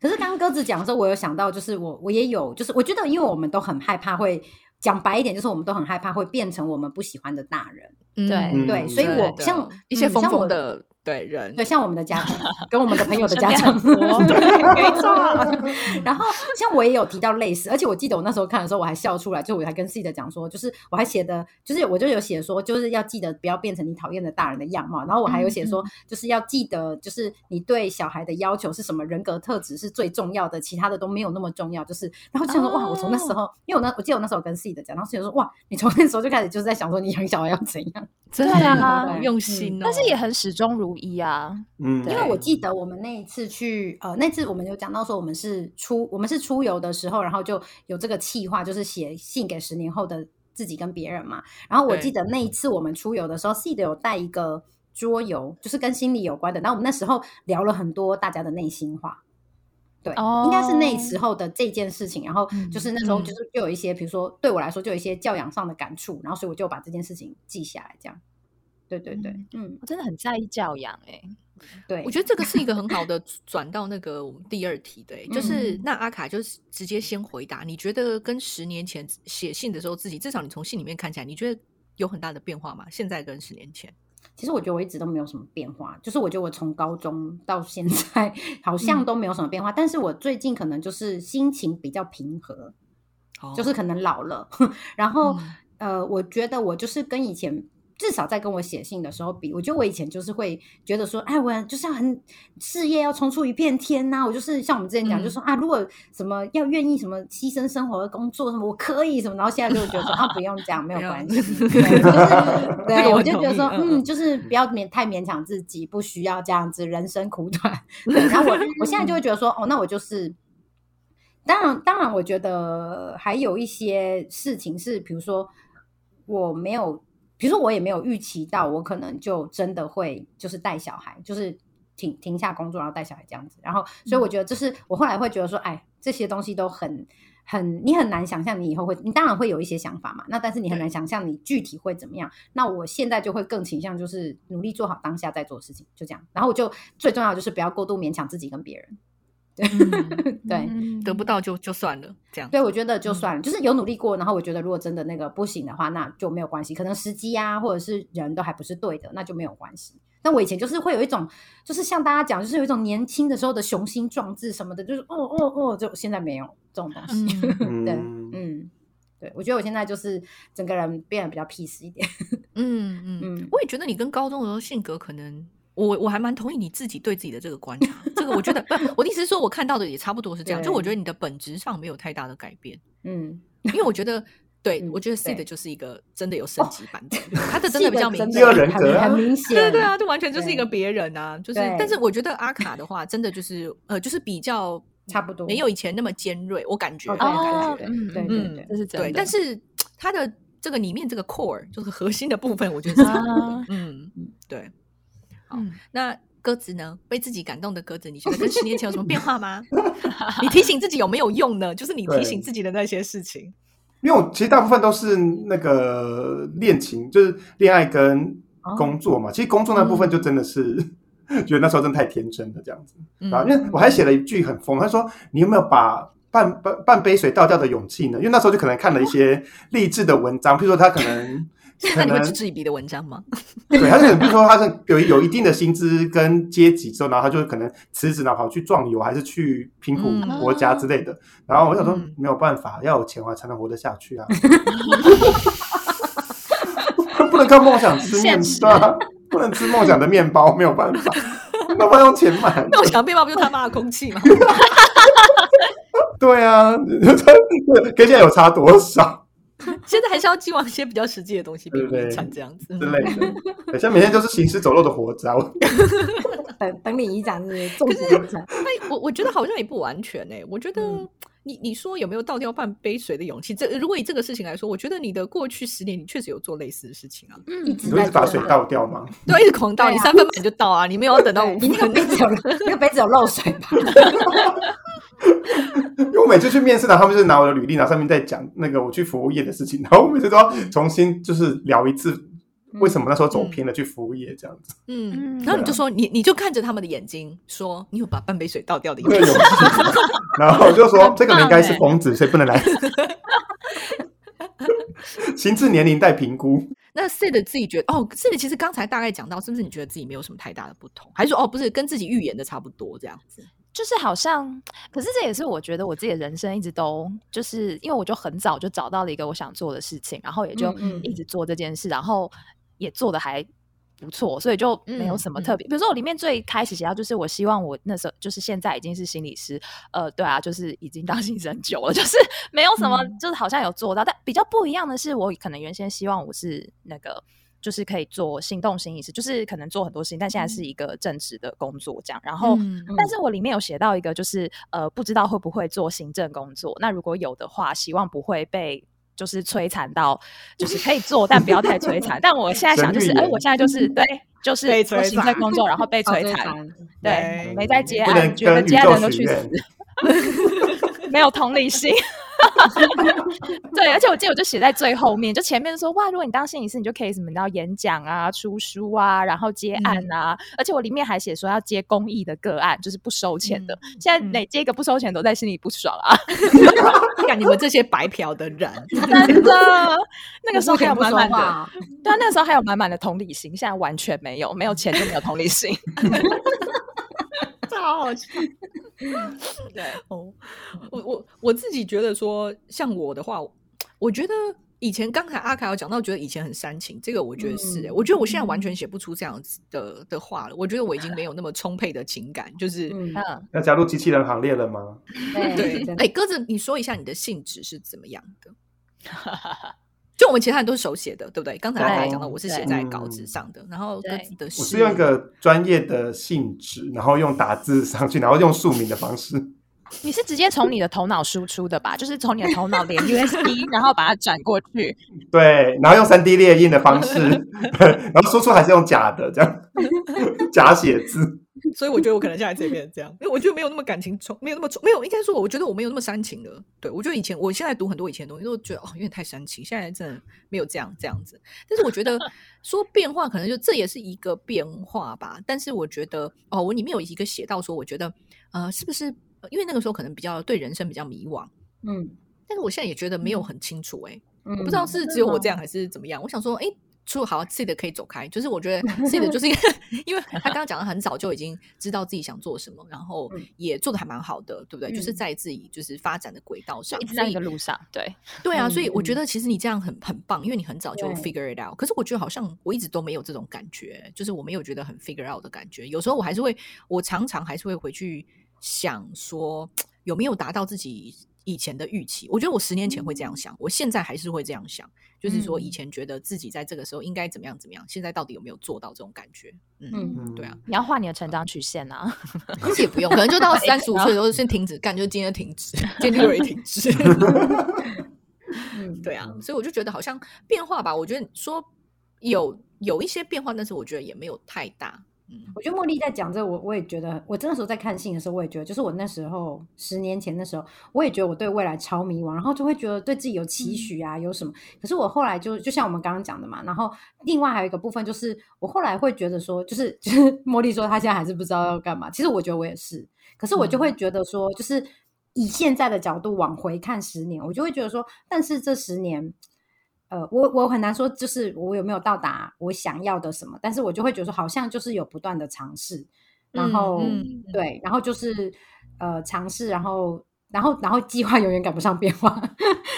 可是刚刚鸽子讲的时候，我有想到，就是我我也有，就是我觉得，因为我们都很害怕会。讲白一点，就是我们都很害怕会变成我们不喜欢的大人，嗯 [laughs] 对，所以对我的像一些嗯疯像疯我的对人，对，像我们的 [laughs] 家长跟我们的朋友的身家边长，很多没错。然后像我也有提到类似，而且我记得我那时候看的时候我还笑出来，就我还跟 C 的讲说，就是我还写的，就是我就有写说，就是要记得不要变成你讨厌的大人的样貌。然后我还有写说，就是要记得，就是你对小孩的要求是什么人格特质是最重要的，其他的都没有那么重要。就是，然后就想说，哇，我从那时候，因为我那我记得我那时候跟 C 的讲，然后 C 说，哇，你从那时候就开始就是在想说你养小孩要怎样。真对的啊好对用嗯心哦，但是也很始终如一啊，嗯，因为对我记得我们那一次去，呃，那次我们有讲到说我们是出我们是出游的时候，然后就有这个计划，就是写信给十年后的自己跟别人嘛。然后我对记得那一次我们出游的时候，C 的有带一个桌游，就是跟心理有关的。然后我们那时候聊了很多大家的内心话。对，应该是那哦时候的这件事情，然后就是那时候就是就有一些，比如说对我来说就有一些教养上的感触，然后所以我就把这件事情记下来，这样。对对对，嗯，我真的很在意教养哎、对，我觉得这个是一个很好的转到那个我们第二题的欸、就是嗯那阿卡就是直接先回答，你觉得跟十年前写信的时候自己，至少你从信里面看起来，你觉得有很大的变化吗？现在跟十年前，其实我觉得我一直都没有什么变化，就是我觉得我从高中到现在好像嗯都没有什么变化，但是我最近可能就是心情比较平和，哦就是可能老了， [laughs] 然后、嗯呃，我觉得我就是跟以前。至少在跟我写信的时候比，我觉得我以前就是会觉得说，哎，我就是要很事业要冲出一片天呐、我就是像我们之前讲，就嗯说啊，如果什么要愿意什么牺牲生活的工作什么，我可以什么，然后现在就觉得说啊，不用这样，没有不用关系， [laughs] 对，就是这个对，我我就同觉得意说，嗯嗯嗯，就是不要勉太勉强自己，不需要这样子，人生苦短。对，然后我我现在就会觉得说，哦，那我就是，当然当然，我觉得还有一些事情是，比如说我没有，比如说我也没有预期到，我可能就真的会就是带小孩，就是停嗯停下工作，然后带小孩这样子。然后，所以我觉得就是我后来会觉得说，哎，这些东西都很很你很难想象你以后会，你当然会有一些想法嘛，那但是你很难想象你具体会怎么样。那我现在就会更倾向就是努力做好当下在做的事情，就这样。然后我就最重要的就是不要过度勉强自己跟别人。嗯对、 [laughs] 得不到就就算了，这样哦嗯对，啊我觉得就算了，就是有努力过，然后我觉得如果真的那个不行的话，那就没有关系，可能时机啊或者是人都还不是对的，那就没有关系。那我以前就是会有一种，就是像大家讲，就是有一种年轻的时候的雄心壮志什么的，就是哦哦哦，就现在没有这种东西。 [laughs] 嗯嗯，对嗯，对，我觉得我现在就是整个人变得比较 peace 一点。嗯嗯嗯我也觉得你跟高中的时候性格可能，我我还蛮同意你自己对自己的这个观察。这个我觉得，不，我的意思是说，我看到的也差不多是这样。就我对觉得你的本质上没有太大的改变，嗯，因为我觉 [laughs] 得，对、嗯我觉得 C 的对就是一个真的有升级版的，他的真的比较明显。第二人格很啊很明显。对对对 [laughs] 啊，就完全就是对一个别人啊，就是。对但是我觉得阿卡的话，真的就是呃，就是比 [laughs] 较差不多没有以前那么尖锐，我感觉，哦我对感哦，觉，嗯对对对对对对，这是真的。对。但是他的这个里面这个 core 就是核心的部分，我觉得是差不多的啊。嗯，对。好嗯那鸽子呢？被自己感动的鸽子，你觉得跟十年前有什么变化吗？ [laughs] 你提醒自己有没有用呢？就是你提对醒自己的那些事情。因为我其实大部分都是那个恋情，就是恋爱跟哦工作嘛。其实工作那部嗯分就真的是、 [laughs] 觉得那时候真的太天真了，这样子。嗯啊，因为我还写了一句很疯，他说：“你有没有把半半半杯水倒掉的勇气呢？”因为那时候就可能看了一些励志的文章，譬如说他 [laughs] 可能可那你会能嗤之以鼻的文章吗？对，他就可能比如说他是有有一定的薪资跟阶级之后，然后他就可能辞职，然后跑去壮游，还是去贫苦嗯国家之类的。然后我想说嗯，没有办法，要有钱我才能活得下 [laughs] 去啊，不能靠梦想吃面现实包啊，不能吃梦想的面包，没有办法，那不能用钱买。 [laughs] 那我想变化不就他妈的空气吗？对啊， [laughs] 跟现在有差 [laughs] 多少现在还是要寄望一些比较实际的东西，比如对对遗产这样子。之类的。好像每天就是行尸走肉的活着、啊， [laughs] 我等等你一讲是中国遗产，那我我觉得好像也不完全哎、我觉得你你说有没有倒掉半杯水的勇气？这如果以这个事情来说，我觉得你的过去十年，你确实有做类似的事情啊，一嗯直你会一在直把做水的倒掉吗？对，一直狂倒，对啊你三分满就倒啊，你没有要等到 [laughs] 对五你那个分。杯子有那个杯子有漏水吧？因为我每次去面试的，他们就是拿我的履历，然后上面在讲那个我去服务业的事情，然后我每次都要重新就是聊一次，为什么那时候走偏了去服务业这样子？嗯，嗯然后你就说你你就看着他们的眼睛说，你有把半杯水倒嗯掉的勇对，气。有趣。然后我就 [laughs] 说这个人应该是疯子，所以不能欸来。 [laughs] 心智年龄待评估，那 Sid 自己觉得哦，Sid 其实刚才大概讲到，是不是你觉得自己没有什么太大的不同，还是说哦不是跟自己预言的差不多这样子？就是好像，可是这也是我觉得我自己的人生一直都就是因为我就很早就找到了一个我想做的事情，然后也就嗯嗯一直做这件事，然后也做的还不错，所以就没有嗯什么嗯特别。比如说我里面最开始写到就是我希望我那时候就是现在已经是心理师，呃，对啊，就是已经当心理师很久了， [laughs] 就是没有什么，嗯就是好像有做到，但比较不一样的是，我可能原先希望我是那个。就是可以做行动心理师，就是可能做很多事情，但现在是一个正职的工作这样。然后，嗯但是我里面有写到一个，就是呃，不知道会不会做行政工作。那如果有的话，希望不会被就是摧残到，就是可以做，但不要太摧残。但我现在想就是，神预哎、言我现在就是对，就是被做摧行政残工作，然后 [laughs] 被哦摧对残，惨对，对没在接不能案，觉得跟宇接案的人宙都许去死愿。。没有同 [laughs] 理心。对，而且我记得我就写在最后面，就前面说哇，如果你当心理师，你就可以什么，你要演讲啊、出书啊，然后接案嗯啊。而且我里面还写说要接公益的个案，就是不收钱的。嗯现在每接一个不收钱，都在心里不爽啊。看你们这些白嫖的人，真 [laughs] 的，那个时候还有不满说满的，话，对啊，那个时候还有满满的同理心，现在完全没有，没有钱就没有同理心。超好笑。 [laughs] 对哦，我我我自己觉得说，像我的话，我觉得以前刚才阿凯有讲到，觉得以前很煽情，这个我觉得是欸、嗯我觉得我现在完全写不出这样子的的话了。我觉得我已经没有那么充沛的情感，就是。嗯，嗯，要加入机器人行列了吗？对真，的哎，鸽子，你说一下你的性质是怎么样 [laughs] 的？就我们其他人都是手写的，对不对？刚才阿凯讲到，哦我是对写在稿纸嗯上的，然后鸽对子的我是用一个专业的性质，然后用打字上去，然后用署名的方式。 [laughs] 你是直接从你的头脑输出的吧？就是从你的头脑连 [laughs] USB，然后把它转过去，对，然后用三 D 列印的方式，然后输出还是用假的，这样假写字。所以我觉得我可能下一次也变成这样，因为我觉得没有那么感情冲，没有那么冲，没有应该说，我觉得我没有那么煽情了。对我觉得以前，我现在读很多以前的东西，都觉得哦，有点太煽情，现在真的没有这样这样子。但是我觉得说变化，可能就这也是一个变化吧。但是我觉得哦，我里面有一个写到说，我觉得呃，是不是呃因为那个时候可能比较对人生比较迷惘，嗯，但是我现在也觉得没有很清楚、欸，我我不知嗯道是只有我这样还是怎么样。我想说，哎、出好 C 的可以走开，就是我觉得 [laughs] C 的就是因为 [laughs] 因为他刚刚讲的很早就已经知道自己想做什么，然后嗯也做的还蛮好的，对不对？就是嗯在自己就是发展的轨道上，一直所在一以个路上，对，对啊，所以我觉嗯得其实你这样很很棒，因为你很早就对 figure it out。可是我觉得好像我一直都没有这种感觉，就是我没有觉得很 figure out 的感觉。有时候我还是会，我常常还是会回去想说有没有达到自己以前的预期。我觉得我十年前会这样想，我现在还是会这样想，就是说以嗯前觉得自己在这个时候应该怎么样怎么样，现在到底有没有做到这种感 [laughs] 觉？嗯，嗯嗯对啊，你要画你的成长曲线 [laughs] 啊，其实也不用，可能就到三十五岁的时候先停止干，就是今天停止，今天就也停 [laughs] 止。嗯，对啊，所以我就觉得好像变化吧，我觉得说有有一些变化，但是我觉得也没有太大。嗯我觉得茉莉在讲这个我我也觉得，我真的时候在看信的时候，我也觉得，就是我那时候十年前的时候，我也觉得我对未来超迷惘，然后就会觉得对自己有期许啊，有什么。可是我后来就就像我们刚刚讲的嘛，然后另外还有一个部分就是，我后来会觉得说，就是就是茉莉说她现在还是不知道要干嘛，其实我觉得我也是，可是我就会觉得说，就是以现在的角度往回看十年，我就会觉得说，但是这十年，呃，我我很难说，就是我有没有到达我想要的什么，但是我就会觉得说，好像就是有不断的尝试，然嗯后、嗯对，然后就是呃尝试，然后。然后，然后计划永远赶不上变化， [laughs]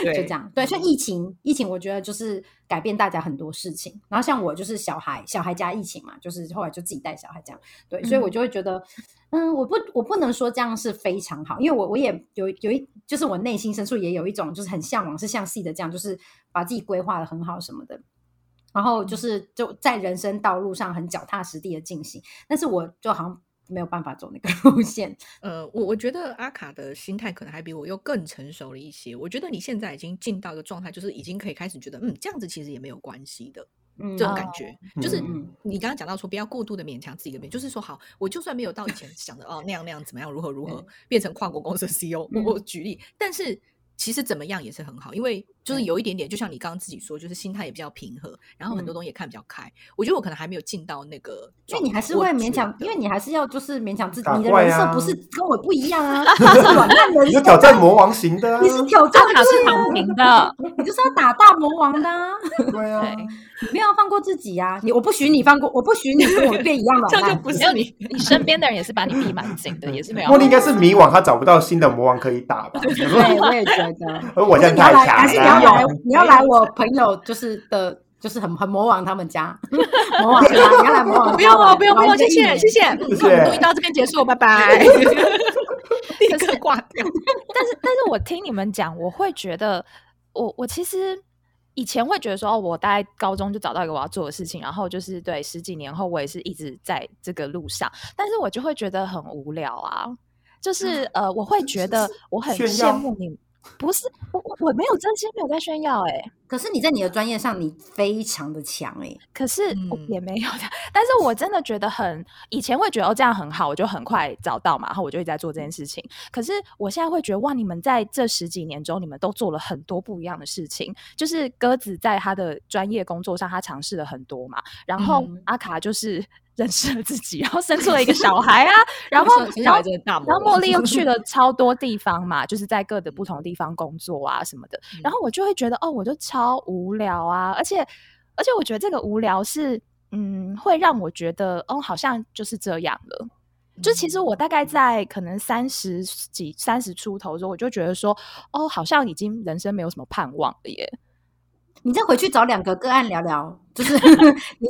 就对这样。对，像疫情，疫情我觉得就是改变大家很多事情。然后像我就是小孩，小孩加疫情嘛，就是后来就自己带小孩这样。对，所以我就会觉得，嗯，我不，我不能说这样是非常好，因为我我也有有一，就是我内心深处也有一种就是很向往，是像 C 的这样，就是把自己规划的很好什么的，然后嗯就是就在人生道路上很脚踏实地的进行，但是我就好像没有办法走那个 [laughs] 路线，呃，我我觉得阿卡的心态可能还比我又更成熟了一些。我觉得你现在已经进到一个状态，就是已经可以开始觉得，嗯，这样子其实也没有关系的嗯，这种感觉，就是嗯嗯你刚刚讲到说，不要过度的勉强自己的命，就是说，好，我就算没有到以前想的哦那样那样怎么样如何如何对嗯变成跨国公司的 CEO，我我举例，但是其实怎么样也是很好，因为就是对有一点点，就像你刚刚自己说，就是心态也比较平和，然后很多嗯东西也看比较开。我觉得我可能还没有进到那个因状态，为你还是哦我会觉勉强，因得为你还是要就是勉强自己，打你的怪人设啊不是跟我不一样 [laughs] 啊，你是软烂人你就设，挑战魔王型的啊你，是挑战阿卡是对啊躺平的，你就是要打大魔王的、啊，对啊，对你没有放过自己呀、啊！你我不许你放过，我不许你跟我变一样这样软烂就。不是没有你。你身边的人也是把你逼蛮紧的，也是没有茉莉应该是迷惘，她找不到新的魔王可以打吧？对，我也觉 [laughs] 得。而我现在你要来，太还是你要强来了，？啊你要来我朋友就是的，就是很很魔王他们家， [laughs] 魔王家，你要来魔王家不用玩哦，不用不玩用，一个谢一谢年谢谢。嗯那我们录音到这边结束，拜 [laughs] [laughs] 拜。 [laughs] 立刻挂掉。 [laughs] 但是，但是我听你们讲，我会觉得，我我其实以前会觉得说，哦，我大概高中就找到一个我要做的事情，然后就是对十几年后，我也是一直在这个路上，但是我就会觉得很无聊啊，就是、呃，我会觉得我很炫羡耀慕你，不是我我我没有真心没有在炫耀哎、可是你在你的专业上，你非常的强哎，可是我嗯也没有的，但是我真的觉得很，以前会觉得哦这样很好，我就很快找到嘛，然后我就一直在做这件事情。可是我现在会觉得哇，你们在这十几年中，你们都做了很多不一样的事情。就是鸽子在他的专业工作上，他尝试了很多嘛，然后嗯阿卡就是 [laughs] 认识了自己，然后生出了一个小孩啊，然后生然下来后真的大魔然王，后茉莉又去 [laughs] 了超多地方嘛，就是在各的不同地方工作啊什么的。然后我就会觉得，哦，我就超无聊啊，而且而且我觉得这个无聊是，嗯，会让我觉得，哦，好像就是这样了。就其实我大概在可能三十几、三十出头的时候，我就觉得说，哦，好像已经人生没有什么盼望了耶。你再回去找两个个案聊聊，就是 [laughs] 你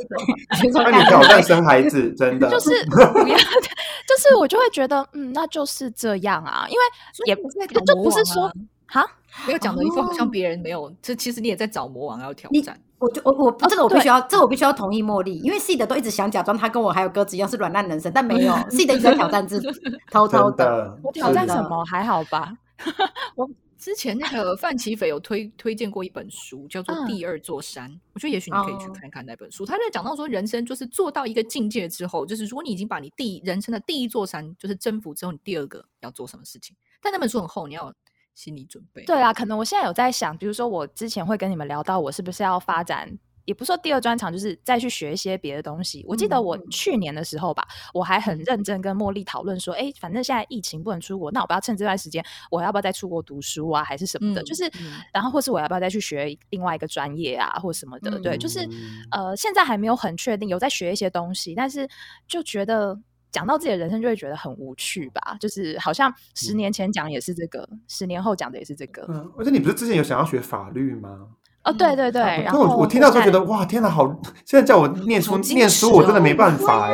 你说那干你挑嘛战生孩子，真的就是 [laughs] 不要，就是我就会觉得，嗯，那就是这样啊，因为也你是在就搞就魔不是王说啊哈，不要讲的一副好像哦别人没有，这其实你也在找魔王要挑你战。我就我我这个我必对须要，这个我必须要同意茉莉，因为 C 的都一直想假装他跟我还有鸽子一样是软烂人生，但没有 C 的一直在挑战自己，偷偷真的啊我挑战是什么还好吧？我之前那个范奇斐有推推荐过一本书，叫做嗯《第二座山》，我觉得也许你可以去哦看看那本书。他在讲到说，人生就是做到一个境界之后，就是如果你已经把你第一人生的第一座山就是征服之后，你第二个要做什么事情。但那本书很厚，你要有心理准备。对啊，可能我现在有在想，比如说我之前会跟你们聊到，我是不是要发展，也不是说第二专长，就是再去学一些别的东西。我记得嗯我去年的时候吧，我还很认真跟茉莉讨论说，哎、反正现在疫情不能出国，那我不要趁这段时间，我要不要再出国读书啊，还是什么的？嗯就是嗯，然后或是我要不要再去学另外一个专业啊，或什么的？对，就是嗯呃，现在还没有很确定，有在学一些东西，但是就觉得讲到自己的人生就会觉得很无趣吧，就是好像十年前讲也是这个，十年后讲的也是这个。嗯，而且你不是之前有想要学法律吗？哦，对对对，我然我后我听到之后觉现在得哇，天哪，好！现在叫我念书好矜念持书，我真的哦没办法哎、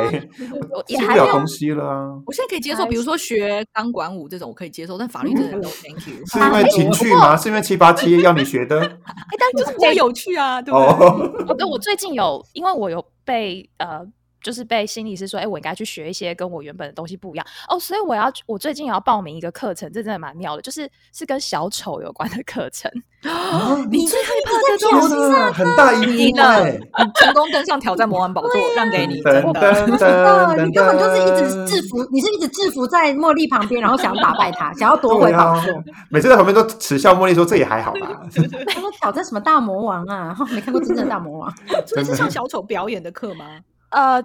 我记也不还没了有东西了啊。我现在可以接受，比如说学钢管舞这种我可以接受，但法律嗯真的 no thank [laughs] you。是因为情趣吗？是因为七八七要你学的？哎，但就是比较有趣啊，对不对？哦， [laughs] 哦，对，我最近有，因为我有被呃，就是被心理师说，哎，我应该去学一些跟我原本的东西不一样哦，所以我要，我最近也要报名一个课程，这真的蛮妙的，就是是跟小丑有关的课程。啊你最害怕的天哪，很大一步哎！你成功登上挑战魔王宝座，让给哎 [laughs] 你，真噔的。噔噔呃，噔，你根本就是一直制服，你是一直制服在茉莉旁边，然后想打败她，想要夺回对宝啊座。，每次在旁边都耻笑茉莉说：“这也还好啦。他说挑战什么大魔王啊？没看过真正的大魔王，所以是像小丑表演的课吗？呃，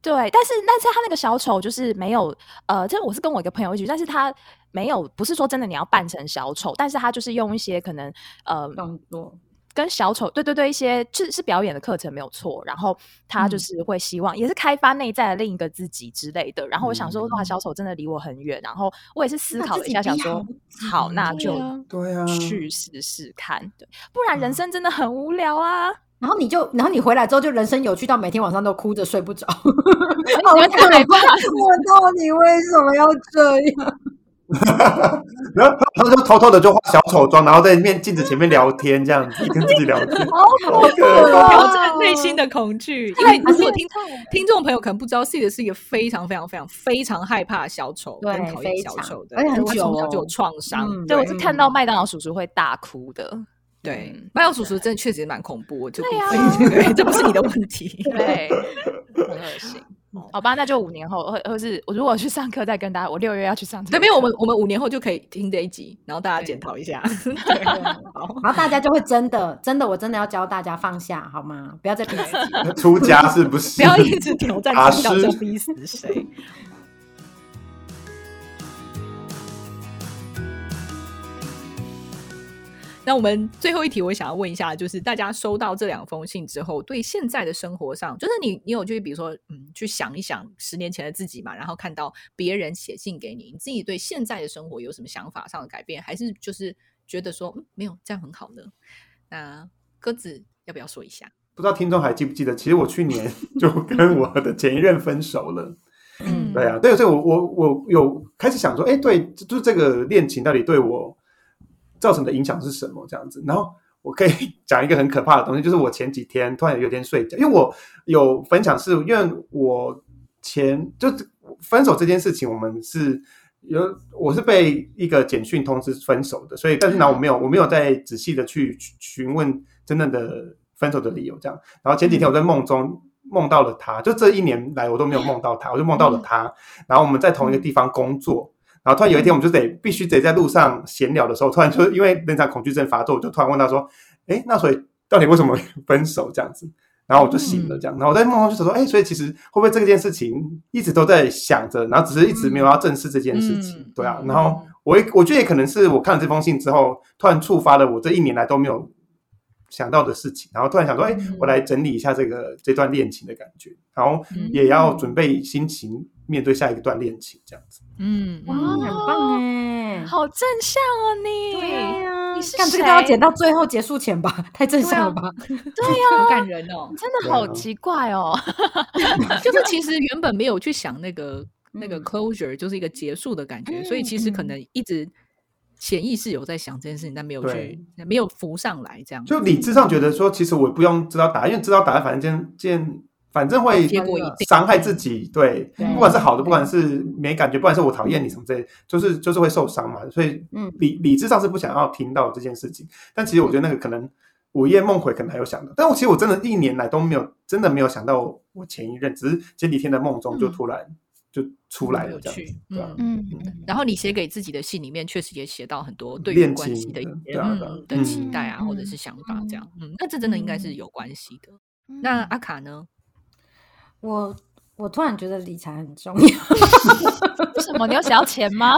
对，但是但是他那个小丑就是没有，呃，这我是跟我一个朋友一起去，但是他没有，不是说真的你要扮成小丑，但是他就是用一些可能呃动作跟小丑，对对对，一些是是表演的课程没有错，然后他就嗯是会希望、也是开发内在的另一个自己之类的，然后我想说、哇，嗯小丑真的离我很远，然后我也是思把考自了一己下，想逼说好好，那就。对啊，去试试看，对，不然人生真的很无聊啊！然后你就，然后你回来之后就人生有趣到每天晚上都哭着睡不着。 [laughs] 你们太害怕了，我到底为什么要这样？然后他就偷偷的就化小丑妆，然后在面镜子前面聊天，这样子跟自己聊天。好恐怖调哦！整内心的恐惧，因为而如果且听听众朋友可能不知道 C 的是一个非常非常非常非常害怕小丑对跟讨厌非小常丑的，而且很他久从小哦就有创伤。嗯对我是看到嗯麦当劳叔叔会大哭的，对嗯，麦当叔叔真的确实蛮恐怖，我就对啊必 [laughs] 须对，这不是你的问题。 [laughs] [laughs] 对，很恶心。嗯好吧，那就五年后，或或是我如果去上课再跟大家，我六月要去上这对，个没有，课我们我们五年后就可以听这一集，然后大家对检讨一下。然后大家就会真的，真的，我真的要教大家放下，好吗？不要再逼自己。 [laughs] 出家是不是？不要一直挑战法指导师在逼死谁。那我们最后一题，我想要问一下，就是大家收到这两封信之后，对现在的生活上，就是你，你有去比如说，嗯，去想一想十年前的自己嘛，然后看到别人写信给你，你自己对现在的生活有什么想法上的改变，还是就是觉得说，嗯，没有这样很好呢？那鸽子要不要说一下？不知道听众还记不记得，其实我去年 [laughs] 就跟我的前一任分手了。嗯对啊，对，所以我我我有开始想说，哎，对，就是这个恋情到底对我造成的影响是什么？这样子，然后我可以讲一个很可怕的东西，就是我前几天突然有一天睡觉，因为我有分享是，因为我前就是分手这件事情，我们是有我是被一个简讯通知分手的，所以但是呢，我没有我没有再仔细的去去询问真正的分手的理由这样。然后前几天我在梦中梦到了他，就这一年来我都没有梦到他，我就梦到了他。然后我们在同一个地方工作，然后突然有一天我们就得必须得在路上闲聊的时候，突然就因为那场恐惧症发作，我就突然问他说：“哎，那所以到底为什么分手这样子？”然后我就醒了，嗯这样。然后我在梦中就想说，哎，所以其实会不会这件事情一直都在想着，然后只是一直没有要正视这件事情，嗯对啊。嗯然后我也我觉得也可能是我看了这封信之后，突然触发了我这一年来都没有想到的事情，然后突然想说，哎，我来整理一下这个这段恋情的感觉，然后嗯也要准备心情面对下一段恋情，这样子。嗯，哇，嗯很棒哎！好正向哦，你对啊呀你是，干这个都要谁剪到最后结束前吧，太正向了吧？对呀、！好感人哦真对的好啊奇怪哦。就是其实原本没有去想那个那个嗯 closure，就是一个结束的感觉，所以嗯其实可嗯能一直潜意识有在想这件事情，但没有去没有浮上来这样。就理智上觉得说，其实我不用知道答案，因为知道答案，反正这件这件反正会结果一定伤害自己。对，对啊不管是好的，不管是没感觉，不管是我讨厌你什么之类，就是就是会受伤嘛。所以嗯理理智上是不想要听到这件事情，但其实我觉得那个可能午夜梦回可能还有想到，但我其实我真的一年来都没有真的没有想到我我前一任，只是前几天的梦中就突然就出来了有这样趣子，，对啊。嗯。嗯然后你写给自己的信里面，确实也写到很多对于嗯恋关系情的一的些对啊对啊嗯的嗯期待啊，或者是想法这样。嗯，那这真的应该是有关系的。那阿卡呢？我我突然觉得理财很重要，为什么你有想要钱吗？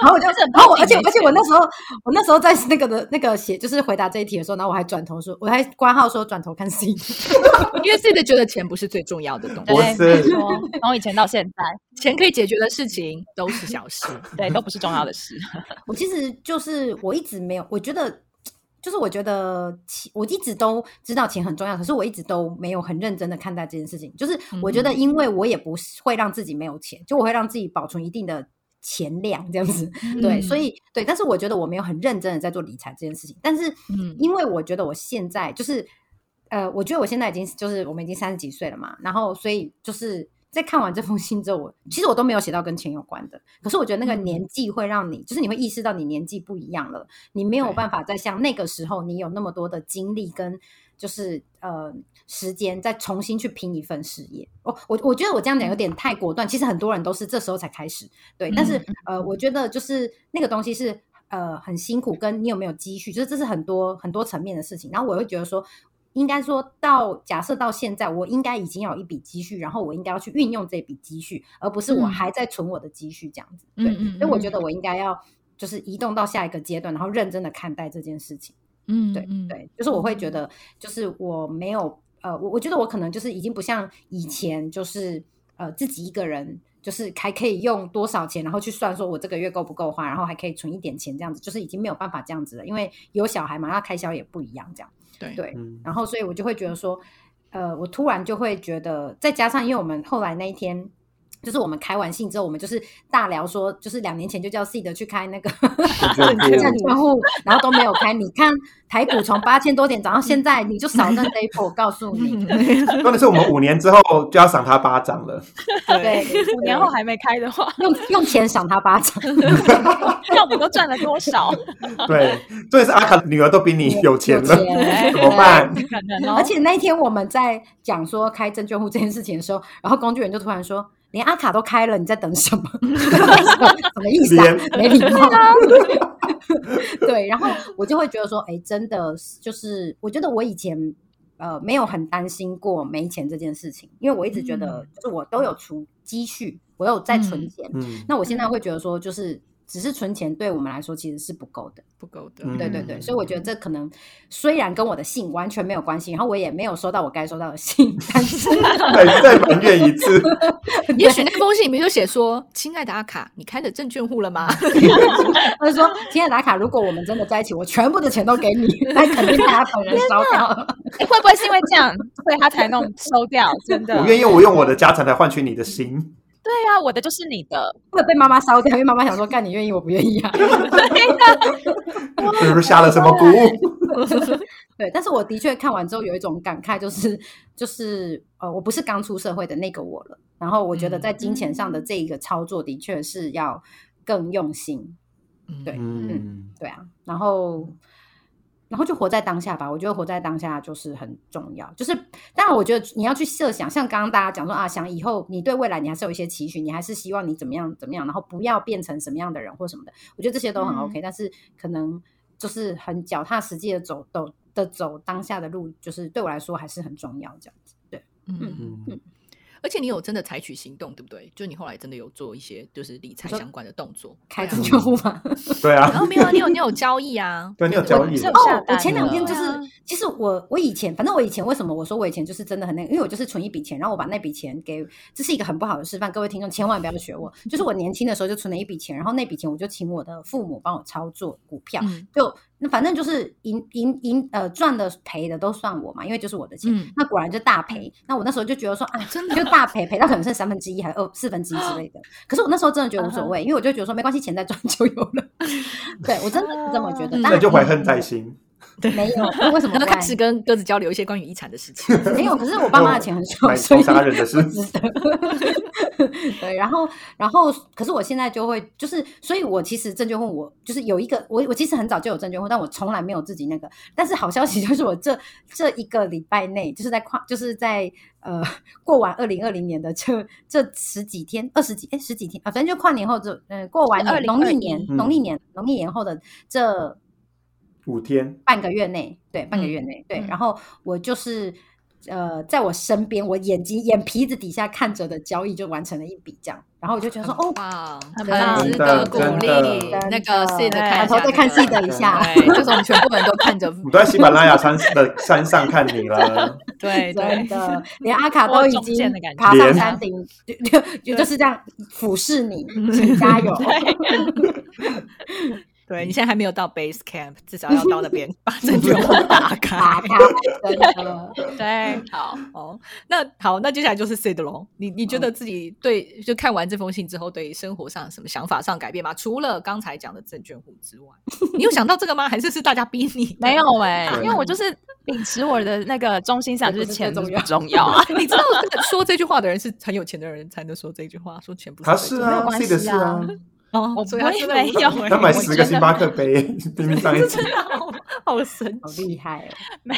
然后我就，这很然后我，棒而且你没而且钱我那时候，我那时候在那个的那个写，就是回答这一题的时候，然后我还转头说，我还挂号说转头看 C，因为自己觉得钱不是最重要的东我西，对，没是错，从以前到现在，钱可以解决的事情都是小事。 [laughs] 对，都不是重要的事。 [laughs] 我其实就是我一直没有，我觉得就是我觉得钱，我一直都知道钱很重要，可是我一直都没有很认真的看待这件事情。就是我觉得，因为我也不是会让自己没有钱，就我会让自己保存一定的钱量这样子。嗯对，所以对，但是我觉得我没有很认真的在做理财这件事情。但是嗯因为我觉得我现在就是，呃，我觉得我现在已经就是我们已经三十几岁了嘛，然后所以就是在看完这封信之后，我其实我都没有写到跟钱有关的，可是我觉得那个嗯年纪会让你，就是你会意识到你年纪不一样了，你没有对办法再像那个时候你有那么多的精力跟就是呃时间再重新去拼一份事业。我我我觉得我这样讲有点太果断，其实很多人都是这时候才开始，对，但是、呃，我觉得就是那个东西是呃很辛苦，跟你有没有积蓄，就是这是很多很多层面的事情。然后我会觉得说，应该说到假设到现在，我应该已经有一笔积蓄，然后我应该要去运用这笔积蓄，而不是我嗯还在存我的积蓄这样子。嗯对，嗯所以我嗯觉得我应该要就是移动到下一个阶段，然后认真的看待这件事情。嗯，对嗯，对，就是我会觉得，就是我没有呃，我我觉得我可能就是已经不像以前，就是呃自己一个人，就是还可以用多少钱，然后去算说我这个月够不够花，然后还可以存一点钱这样子，就是已经没有办法这样子了，因为有小孩嘛，那开销也不一样这样。对对，嗯然后所以我就会觉得说，呃，我突然就会觉得，再加上因为我们后来那一天。就是我们开完信之后，我们就是大聊说，就是两年前就叫 C 的去开那个证券户证券户，然后都没有开。你看台股从八千多点涨到现在，你就少挣这一波，我告诉你。关键是我们五年之后就要赏他巴掌了，对，五年后还没开的话，用用钱赏他巴掌，那我们都赚了多少？ [laughs] 对，重点是阿卡的女儿都比你有钱有了，[laughs] 钱 [laughs] 怎么办？可能哦而。且那一天我们在讲说开证券户这件事情的时候，然后工具人就突然说：“连阿卡都开了，你在等什么？ [laughs] 什么意思啊？没礼貌。” [laughs] 对，然后我就会觉得说：“哎，真的就是，我觉得我以前呃没有很担心过没钱这件事情，因为我一直觉得就是我都有储积蓄，我有在存嗯钱。嗯，那我现在会觉得说，就是只是存钱对我们来说其实是不够的。”不够的。嗯对对对，所以我觉得这可能虽然跟我的信完全没有关系，然后我也没有收到我该收到的信，但是再再埋怨一 [laughs] 次，也许那封信里面就写说：“亲爱的阿卡，你开了证券户了吗？他就说：“亲爱的打卡，如果我们真的在一起，我全部的钱都给你。”那肯定被他本人烧掉了。会不会是因为这样，所以他才弄收掉？真的我？愿意我用我的家产来换取你的心，对啊，我的就是你的。会被妈妈烧掉，因为妈妈想说：“干，你愿意，我不愿意啊。 [laughs] 比如下了什么蛊？”对，但是我的确看完之后有一种感慨，就是就是呃，我不是刚出社会的那个我了。然后我觉得在金钱上的这一个操作，的确是要更用心。对嗯，对啊，然后然后就活在当下吧。我觉得活在当下就是很重要。就是，当然，我觉得你要去设想，像刚刚大家讲说啊，想以后你对未来你还是有一些期许，你还是希望你怎么样怎么样，然后不要变成什么样的人或什么的。我觉得这些都很嗯 OK，、但是可能就是很脚踏实地的走走的走当下的路，就是对我来说还是很重要。这样子，对，嗯，嗯而且你有真的采取行动，对不对？就你后来真的有做一些就是理财你说相关的动作，开对啊证券户嘛。对然啊，后没有啊，你有你有交易 [laughs] 啊，对你有不交易是有下哦，我单前两了天就是对啊，其实我我以前，反正我以前为什么我说我以前就是真的很那个，因为我就是存一笔钱，然后我把那笔钱给，这是一个很不好的示范，各位听众千万不要学我。就是我年轻的时候就存了一笔钱，然后那笔钱我就请我的父母帮我操作股票，嗯就那反正就是赢赢赢呃赚的赔的都算我嘛，因为就是我的钱。嗯，哦那果然就大赔。那我那时候就觉得说啊，真的哦就大赔，赔到可能剩三分之一还是二四分之一之类的。可是我那时候真的觉得嗯无所谓，因为我 [laughs] 就觉得说没关系，钱再赚就有了。对我真的是这么觉得。嗯当那然就怀恨在心，没有，为什么 [laughs] 然后不开爱？始跟鸽子交流一些关于遗产的事情。没有，可是我爸妈的钱很少，买 [laughs] [laughs] 所以谋杀人的事不值得。 [laughs] 对，然后，然后，可是我现在就会，就是，所以我其实证券户我，就是有一个，我我其实很早就有证券户，但我从来没有自己那个。但是好消息就是，我这这一个礼拜内，就是在跨，就是在呃过完二零二零年的这这十几天，二十几哎十几天啊，反正就跨年后这嗯、过完年农历年嗯农历年农历年后的这五天，半个月内，对，半个月内，对。嗯然后我就是呃，在我身边，我眼睛眼皮子底下看着的交易就完成了一笔这样，然后我就觉得说，哦，哇，很很值得棒真的鼓真励的。那个 s 的对看一抬头下，再看戏的一下， [laughs] 对，就是我们全部人都看着，我都在喜马拉雅山的山上看你 [laughs] 了，对真对，的，连阿卡都我已中经箭的感觉爬上连山顶，就就就是这样俯视你，请加油。对你现在还没有到 base camp，至少要到那边把证券户打开。 [laughs] 打开，真的，对， [laughs] 好，哦，那好，那接下来就是 C 的喽。你你觉得自己对、就看完这封信之后，对生活上有什么想法上改变吗？除了刚才讲的证券户之外，你有想到这个吗？还是是大家逼你 [laughs] 的？没有哎、对因为我就是秉持我的那个中心思想，也就不是是钱最不重要重要 [laughs] 啊。 [laughs] 你知道说这句话的人是很有钱的人才能说这句话，说钱不是他最是重要啊有关，C 的系是啊啊，哦，我所不以他会真的没不有是欸他买我十个真星的巴克杯， [laughs] 明明 [laughs] 上 [laughs] 一集，好好神好奇。厉害哦！没，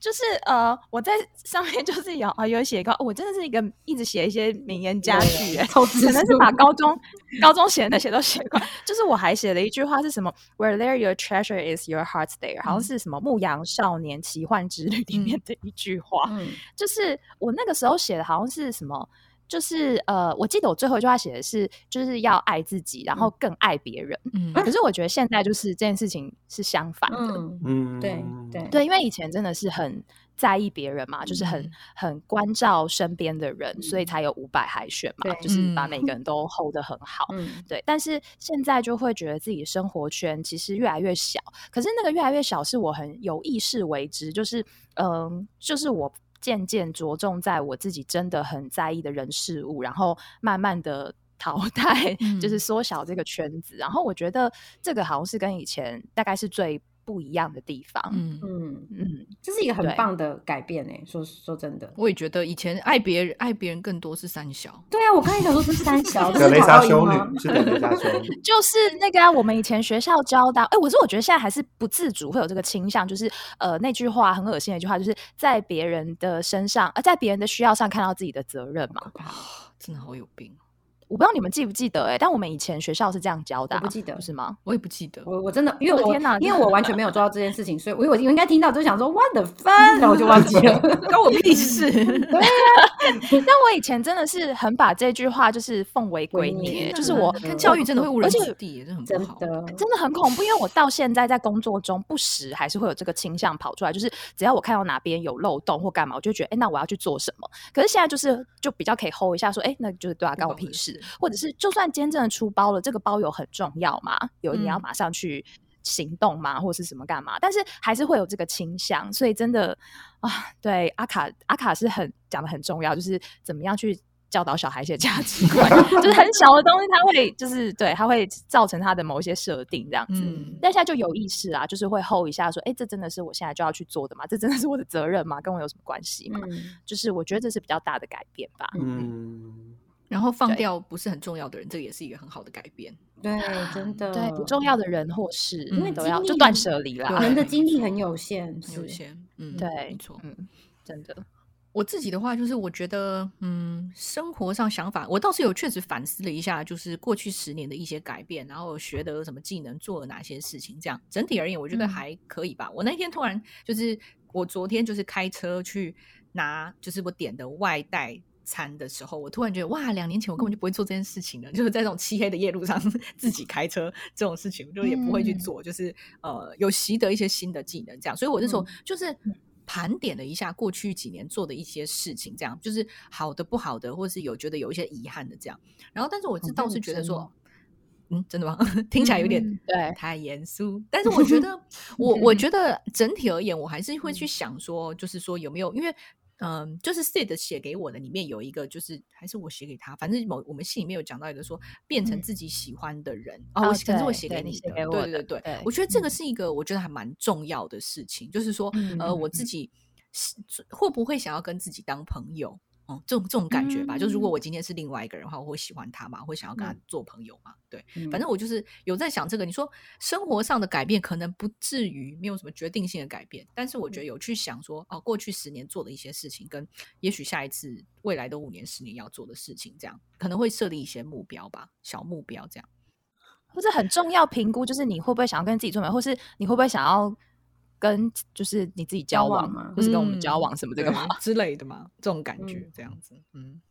就是呃，我在上面就是有啊，有写一个，我真的是一个一直写一些名言佳句、 [laughs] 欸，抽脂可能是把高中高中写的那些都写 [laughs] 过。就是我还写了一句话是什么？Where there your treasure is your heart's there，好像嗯是什么《牧羊少年奇幻之旅》里面的一句话。嗯就是我那个时候写的好像是什么。就是呃，我记得我最后一句话写的是，就是要爱自己，然后更爱别人。嗯可是我觉得现在就是这件事情是相反的，嗯，嗯，对对对，因为以前真的是很在意别人嘛，就是很嗯很关照身边的人，所以才有五百海选嘛，就对是把嗯每个人都 hold 得很好。嗯对，但是现在就会觉得自己生活圈其实越来越小，可是那个越来越小是我很有意识为之，就是嗯，就是我渐渐着重在我自己真的很在意的人事物，然后慢慢的。淘 [laughs] 汰就嗯是缩小这个圈子，然后我觉得这个好像是跟以前大概是最不一样的地方。嗯，嗯，嗯，这是一个很对棒的改变诶。说说真的，我也觉得以前爱别人爱别人更多是三小，对啊，我刚才想说这是三 [laughs] 小，这德是雷卡莎到音修吗女是德雷莎修女，就是那个、啊、我们以前学校教的啊，哎、我是我觉得现在还是不自主会有这个倾向，就是呃那句话很恶心的一句话，就是在别人的身上，呃在别人的需要上看到自己的责任嘛。真的好有病，哦我不知道你们记不记得哎、但我们以前学校是这样教的、啊，我不记得不是吗？ [laughs] 我也不记得。我我真的，哦因为我天哪因为我完全没有做到这件事情，所以我我应该听到就想说 what the fuck，然后我就忘记 [laughs] 了。关我屁事！但我以前真的是很把这句话就是奉为圭圭臬， [laughs] 臬就是我真的看教育真的会误人而且子弟，这很真不 [laughs] 好。的，真的很恐怖，因为我到现在在工作中不时还是会有这个倾向跑出来，就是只要我看到哪边有漏洞或干嘛，我就觉得，哎、那我要去做什么？可是现在就是就比较可以 hold 一下，说，哎、那就是对啊，干我屁事。或者是就算今天真的出包了，这个包邮很重要嘛，有你要嗯马上去行动嘛，或是什么干嘛？但是还是会有这个倾向，所以真的啊，对阿卡阿卡是很讲的很重要，就是怎么样去。教导小孩一些价值 [laughs] 观，就是很小的东西，他会就是对，他会造成他的某一些设定这样子。嗯但现在就有意识啊，就是会 hold 一下说，哎、这真的是我现在就要去做的吗？这真的是我的责任吗？跟我有什么关系吗？嗯，就是我觉得这是比较大的改变吧。嗯，然后放对掉不是很重要的人，这个也是一个很好的改变。对，真的，对，不重要的人或事，因为都嗯经要就历断舍离啦。人的精力很有限，是有些，嗯，对，没错。嗯，真的，我自己的话，就是我觉得，嗯，生活上想法，我倒是有确实反思了一下，就是过去十年的一些改变，然后学的什么技能，做了哪些事情，这样整体而言，我觉得嗯还可以吧。我那天突然就是，我昨天就是开车去拿，就是我点的外带。餐的时候，我突然觉得哇，两年前我根本就不会做这件事情了，就是在这种漆黑的夜路上 [laughs] 自己开车这种事情，我就也不会去嗯做，就是呃有习得一些新的技能这样，所以我那时嗯候就是盘点了一下过去几年做的一些事情，这样就是好的、不好的，或是有觉得有一些遗憾的这样。然后，但是我是好倒是认觉得真说哦，嗯，真的吗？ [laughs] 听起来有点嗯对，嗯太严肃，但是我 [laughs] 觉得，我我觉得整体而言，我还是会去想说，就是说有没有，因为嗯，就是 Sid 写给我的里面有一个，就是还是我写给他，反正某我们信里面有讲到一个说变成自己喜欢的人啊、嗯哦我可能是我对写对给你你写的，给我对的对对，对我觉得这个是一个我觉得还蛮重要的事情，就是说嗯呃我自己是会不会想要跟自己当朋友。哦，这种这种感觉吧，就如嗯果我今天是另外一个人的话，我会喜欢他嘛，会想要跟他做朋友嘛，对。嗯反正我就是有在想这个。你说生活上的改变可能不至于没有什么决定性的改变，但是我嗯觉得有去想说，哦，过去十年做的一些事情，跟也许下一次未来的五年、十年要做的事情，这样可能会设立一些目标吧，小目标这样。或是很重要评估，就是你会不会想要跟自己做朋友，或是你会不会想要跟就是你自己交交往往，吗或是跟我们嗯交往什么这对个嘛？之类的嘛，这种感嗯觉，这样子，嗯，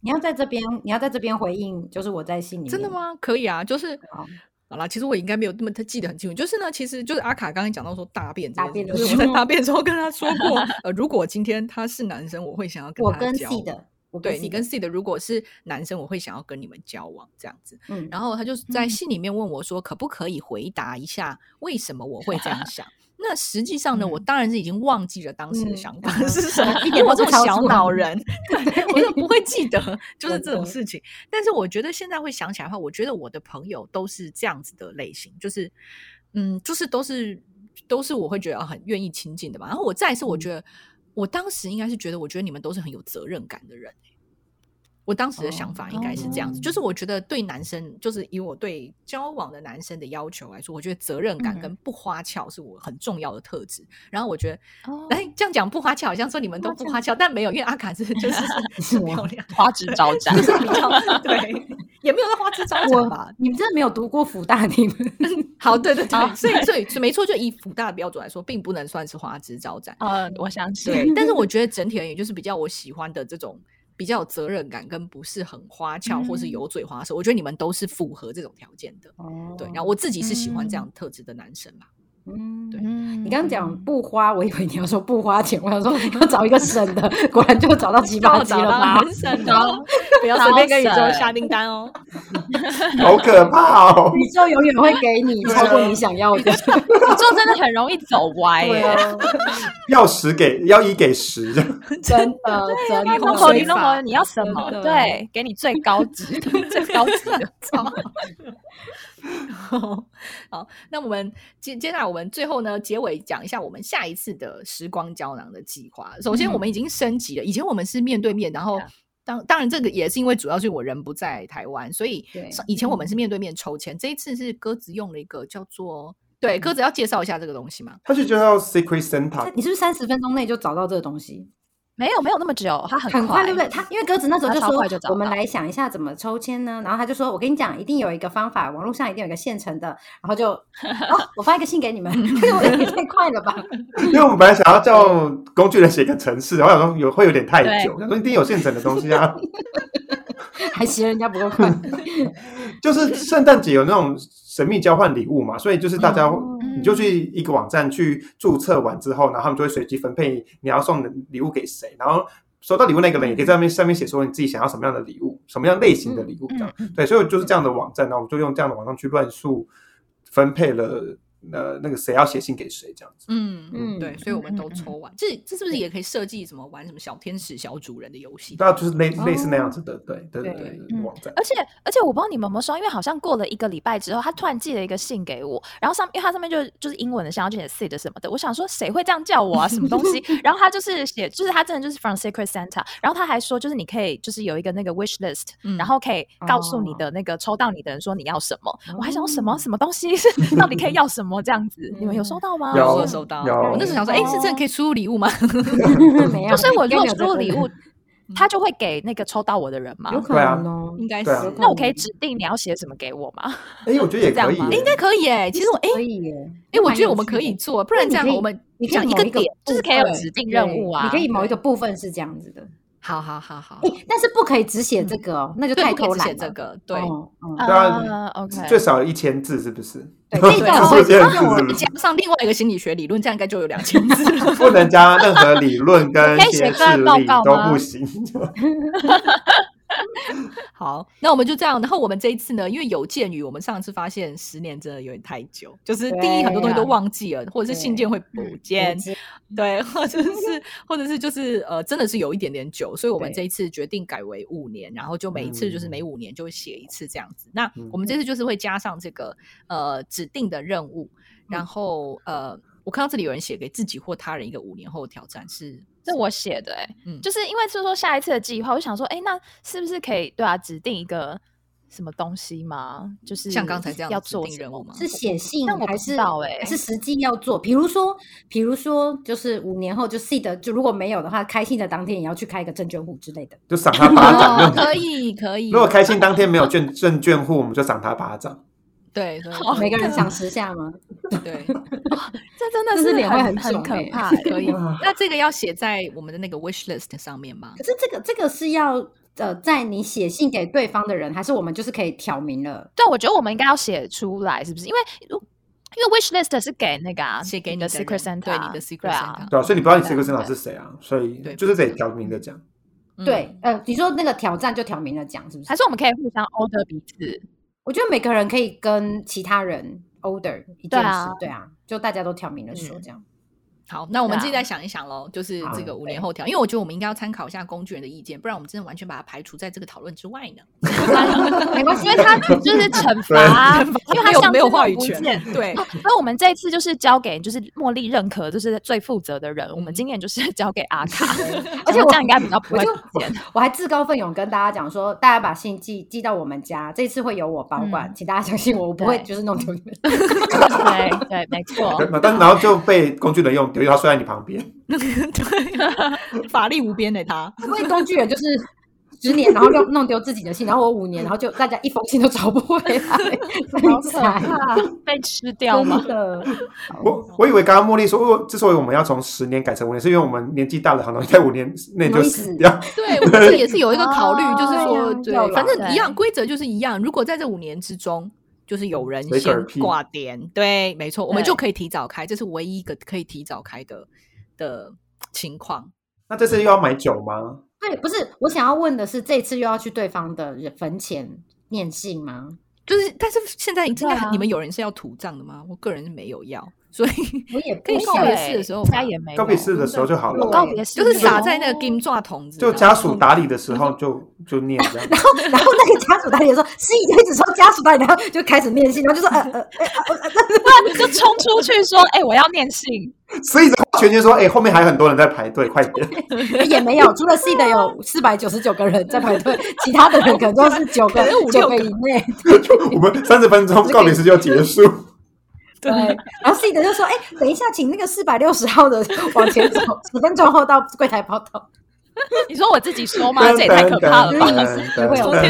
你要在这边，你要在这边回应，就是我在信里面真的？吗？可以啊，就是好好啦，其实我应该没有那么记得很清楚。就是呢，其实就是阿卡刚刚讲到说大便这大件事情，就便的是我在时候大便的时候跟他说过，呃，如果今天他是男生，我会想要跟我他跟交 C 往的，我对你跟 C， C 的，如果是男生，我会想要跟你们交往这样子。嗯，然后他就是在信里面问我说，可不可以回答一下为什么我会这 [laughs] 样想？那实际上呢，我当然是已经忘记了当时的嗯想法嗯是什么， [laughs] 一因为点我这都不种超小出脑我们人， [laughs] 对我就不会记得，就是真这种的事情。但是我觉得现在会想起来的话，我觉得我的朋友都是这样子的类型，就是嗯，就是都是都是我会觉得啊很愿意亲近的吧。然后我再一嗯次，我觉得、我当时应该是觉得，我觉得你们都是很有责任感的人。欸我当时的哦想法应该是这样子，就是我觉得对男生，就是以我对交往的男生的要求来说，我觉得责任感跟不花俏是我很重要的特质。然后我觉得，哦 [laughs] 哎、这样讲不花俏，好像说你们都不花俏，但没有，因为阿 [laughs] 卡是就是是是漂亮，花枝招展 [laughs] 就，是比较对，也没有在花枝招展吧我。你们真的没有读过福大，[laughs] 你们好，对对啊对，所以所以所以没错，就以辅大的标准来说，并不能算是花枝招 [laughs] 展。呃，我相对信，，但是我觉得整体而言，就是比较我喜欢的这种比较有责任感，跟不是很花俏或是嗯油嘴滑舌。我觉得你们都是符合这种条件的。对，哦然后我自己是喜欢这样特质的男生嘛。哦嗯，对嗯你刚刚讲不花，我以为你要说不花钱，我想说要找一个省的， [laughs] 果然就找到几帮把我鸡找了到吧？男生哦，不要随便跟宇宙下订单哦。好可怕哦！ [laughs] 宇宙永远会给你啊超过你想要的。宇宙真的很容易走歪 [laughs] 对耶。啊，要十给，要一给十这样。真的真你那的，种弄水好，法你弄好，你要什么？真的对，给你最高级的，最高级的。好，那我们接接下来我们最后呢，结尾讲一下我们下一次的时光胶囊的计划。首先，我们已经升级了，以前我们是面对面，然后嗯对啊当当然这个也是因为主要是我人不在台湾，所以对上以前我们嗯是面对面抽签，这一次是鸽子用了一个叫做对嗯鸽子要介绍一下这个东西嘛？他就叫到 Secret Santa，你是不是三十分钟内就找到这个东西？没有没有那么久，它很快，快，对不对？他因为鸽子那时候他就超说快就，找我们到来想一下怎么抽签呢？然后他就说，我跟你讲，一定有一个方法，网络上一定有一个现成的。然后就， [laughs] 哦，我发一个信给你们， [laughs] 我也太快了吧？因为我们本来想要叫工具人写个程式，我想说有会有点太久，想说一定有现成的东西啊。还嫌人家不够快。就是圣诞节有那种神秘交换礼物嘛，所以就是大家、哦嗯你就去一个网站去注册完之后，然后他们就会随机分配你要送的礼物给谁，然后收到礼物那个人也可以在上面上面写说你自己想要什么样的礼物，什么样类型的礼物这样。对，所以就是这样的网站，然后我就用这样的网站去乱数分配了。呃，那个谁要写信给谁这样子？嗯嗯，嗯对，所以我们嗯都嗯抽完。这这是不是也可以设计什么玩什么小天使、小主人的游戏？哦那啊就是类类似那样子的，对对对对嗯对，网站。而且而且我不知道你们有没有收到，因为好像过了一个礼拜之后，他突然寄了一个信给我，然后上因为他上面就就是英文的，想要写 Sid 什么的，我想说谁会这样叫我啊，什么东 [laughs] 西？然后他就是写，就是他真的就是 from Secret Santa，然后他还说就是你可以就是有一个那个 wish list，、嗯然后可以告诉你哦的那个抽到你的人说你要什么，我还想说什么什么东西 [laughs] 是到底可以要什么这样子？你们有嗯收到吗？有我有收到，有我那时候想说，哎，是真的可以出礼物吗？ [laughs] 嗯没有，就是我应该如果出没有这个嗯礼物， [laughs] 他就会给那个抽到我的人吗有？可对啊能哦。应该是对啊那我可以指定你要写什么给我吗？ [laughs] 哎、我觉得也这样可以吗耶，应该可以哎。其实我哎可以耶，哎，我蛮觉得有我们趣可的以做，不然这那你样可以我们你可以讲一某个一个点，就是部可以有分指定对任务啊，你可以某一对个部分是这样子的，好好好好，哎，但是不可以只写这个哦，那就对，太不可以偷只懒写了这个，对，哦嗯对啊啊，OK，最少一千字是不是？对， [laughs] 这一段我是会这样这子段我是会不是加？上另外一个心理学理论，这样应该就有两千字了。不能加任何理论跟一些事可以写个例报告都吗不行。好，那我们就这样。然后我们这一次呢，因为有鉴于我们上次发现十年真的有点太久，就是第一对很多东西都啊嗯忘记了，或者是信件会不见，对对，或者是或者是就是呃，真的是有一点点久，所以我们对这一次决定改为五年，然后就每一次就是嗯每五年就写一次这样子。那嗯我们这次就是会加上这个呃指定的任务，然后呃，我看到这里有人写给自己或他人一个五年后的挑战是，这我写的哎、嗯就是因为是说下一次的计划，我想说，哎、那是不是可以对啊，指定一个什么东西吗？就是像刚才这样要指做定什任务么吗是写信但我还不知是道欸还是实际要做？比如说，比如说，就是五年后就 seed 的就如果没有的话，开信的当天也要去开一个证券户之类的。就赏他巴掌。哦，可以可以，如果开心当天没有券证券户，我们就赏他巴掌。。对对好每个人想十下吗？对，这真的这是是脸会很很肿可 [laughs] 欸怕、可以哇那这个要写在我们的那个 wish list 上面吗？可是这个这个是要呃，在你写信给对方的人，还是我们就是可以挑明了？对，我觉得我们应该要写出来，是不是？因为如因为 wish list 是给那个啊，写给你你的的 secret 人 Santa，对你的 secret 啊 Santa 对啊，所以你不知道你对啊谁个生长是谁啊，所以对就是得挑明的讲。嗯对，呃，你说那个挑战就挑明了讲，是不是还？是我们可以互相 order 彼此，我觉得每个人可以跟其他人 order 一对件啊事，对啊，就大家都挑明了嗯说这样。 [laughs] 好，那我们对啊自己再想一想喽，就是好这个五对年后调，因为我觉得我们应该要参考一下工具人的意见，不然我们真的完全把它排除在这个讨论之外呢。没关系因 [laughs] 为他就是惩罚啊，因为他没有像没有是话那语种不权见，对，哦，所以我们这一次就是交给就是茉莉认可，就是最负责的人。我嗯们今年就是 [laughs] 交给阿卡，而想且说我这样应该比较不我会就不见。我还自告奋勇跟大家讲说，大家把信寄寄到我们家，这次会由我保管，请大家相信我，我不嗯会对就是弄丢你们。 [laughs] 对对，没 [laughs] 错对，，那但然后就被工具人用，丢他睡在你旁边，对，法力无边的 [laughs] 他，因为工具人就是十年，然后弄弄丢自己的信，然后我五年，然后就大家一封信都找不回来， [laughs] 好好可怕，被吃掉吗？真的。我我以为刚刚茉莉说，哦，之所以我们要从十年改成五年，是因为我们年纪大了，很容易在五年内就死掉。对我这也是有一个考虑，就是哦说，对啊对，反正一样对规则就是一样。如果在这五年之中，就是有人随个先儿屁挂点，对，没错，我们对就可以提早开，这是唯一一个可以提早开的的情况。那这次又要买酒吗？对，不是我想要问的是，这次又要去对方的人坟前念信吗？就是，但是现在应对该、啊你们有人是要土葬的吗？我个人是没有要，所以我也可以不告会别式的时候应该吧也没有告别式的时候就好对了，告别式就是没有撒在那个金抓桶子，就然家后属打理的时候就就念 [laughs] 这样。然后，然后那个家属代理人说：“是已经一直说家属代理，然后就开始念信，然后就说：‘呃呃，不然 [laughs] 你就冲出去说：“哎、我要念信。所以全军说，哎、后面还有很多人在排队，快点！呃也没有，除了 C 的有四百九十九个人在排队，其他的人可能都是九个可能五九六个个以内。 [laughs] 我们三十分钟告别式就要结束。对，然后 C 的就说：‘哎、等一下，请那个四百六十号的往前走，十分钟后到柜台报道。’”你说我自己说吗？这也太可怕 [laughs] 了吧！ [laughs]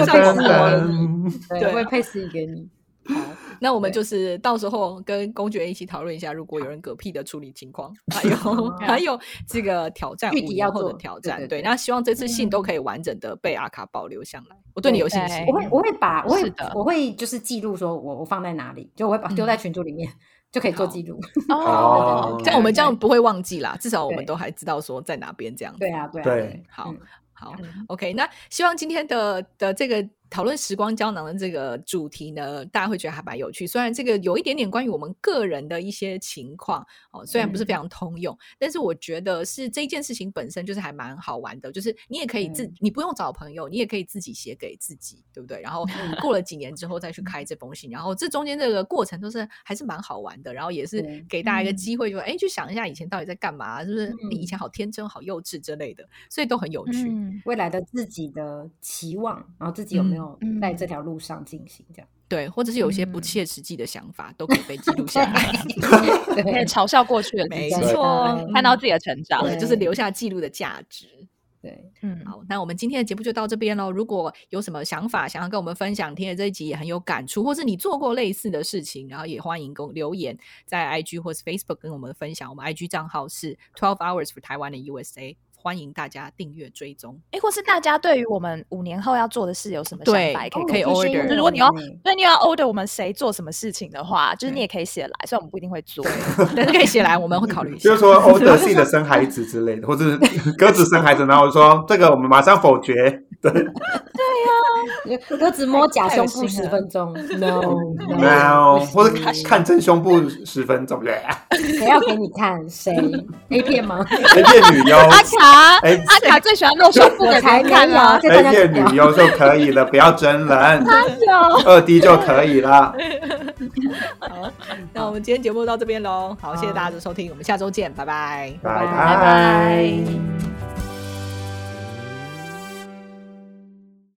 对，对我会配 C 给你。 [laughs] 那我们对就是到时候跟公爵一起讨论一下，如果有人嗝屁的处理情况，还有还有这个挑战啊具五体年要后的做挑对战，对对，对那希望这次信都可以完整的被阿卡保留下来。我对你有信对心我，会我会把我是会的我会就是记录说我我放在哪里，就我会把丢在群组里面，就可以做好记录。哦这样我们这样对不会忘记啦，至少我们对都还知道说在哪边这样子。对啊对啊对好嗯好嗯，OK，那希望今天的的这个讨论时光胶囊的这个主题呢，大家会觉得还蛮有趣。虽然这个有一点点关于我们个人的一些情况哦，虽然不是非嗯常通用，但是我觉得是这件事情本身就是还蛮好玩的。就是你也可以自，嗯你不用找朋友，你也可以自己写给自己，对不对？然后嗯过了几年之后再去开这封信，然后这中间这个过程都是还是蛮好玩的。然后也是对给大家一个嗯机会就，哎去想一下以前到底在干嘛，是不是你以前好天真、好幼稚之类的，所以都很有趣。嗯，未来的自己的期望，然后自己有没嗯有嗯在这条路上进行这样？对，或者是有一些不嗯切实际的想法，都可以被记录下来。 [laughs] 对可以嘲笑过去的自没己，错，嗯看到自己的成长。对，就是留下记录的价值。对，嗯，好，那我们今天的节目就到这边喽。如果有什么想法想要跟我们分享，听了这一集也很有感触，或是你做过类似的事情，然后也欢迎跟我留言在 IG 或是 Facebook 跟我们分享。我们 IG 账号是 Twelve Hours for 台湾的 USA，欢迎大家订阅追踪。 [laughs] 哎，或是大家对于我们五年后要做的事有什么想法，对也可哦以跟可以我们 order 就是如果你要嗯对，你要 order 我们谁做什么事情的话，就是你也可以写来，虽然我们不一定会做。但是可以写来，我们会考虑一 [laughs] 就下是。说欧德系的生孩子之类的，或者是鸽子生孩子，然后说这个我们马上否决。鸽子摸假太胸恶部心十了分钟，no， [laughs] 喵，或者不看行看真胸部十分钟，对，谁要给你看？谁 A [laughs] 片吗？哎，变女优，阿卡，哎阿卡最喜欢露胸部我给别才人没看啊了有，。啊这大哎，家变知女 [laughs] [laughs] 道。优就可以了，不要真人，哦二 D 就可以了。那我们今天节目到这边喽，好，谢谢大家的收听，我们下周见，拜拜。拜拜拜。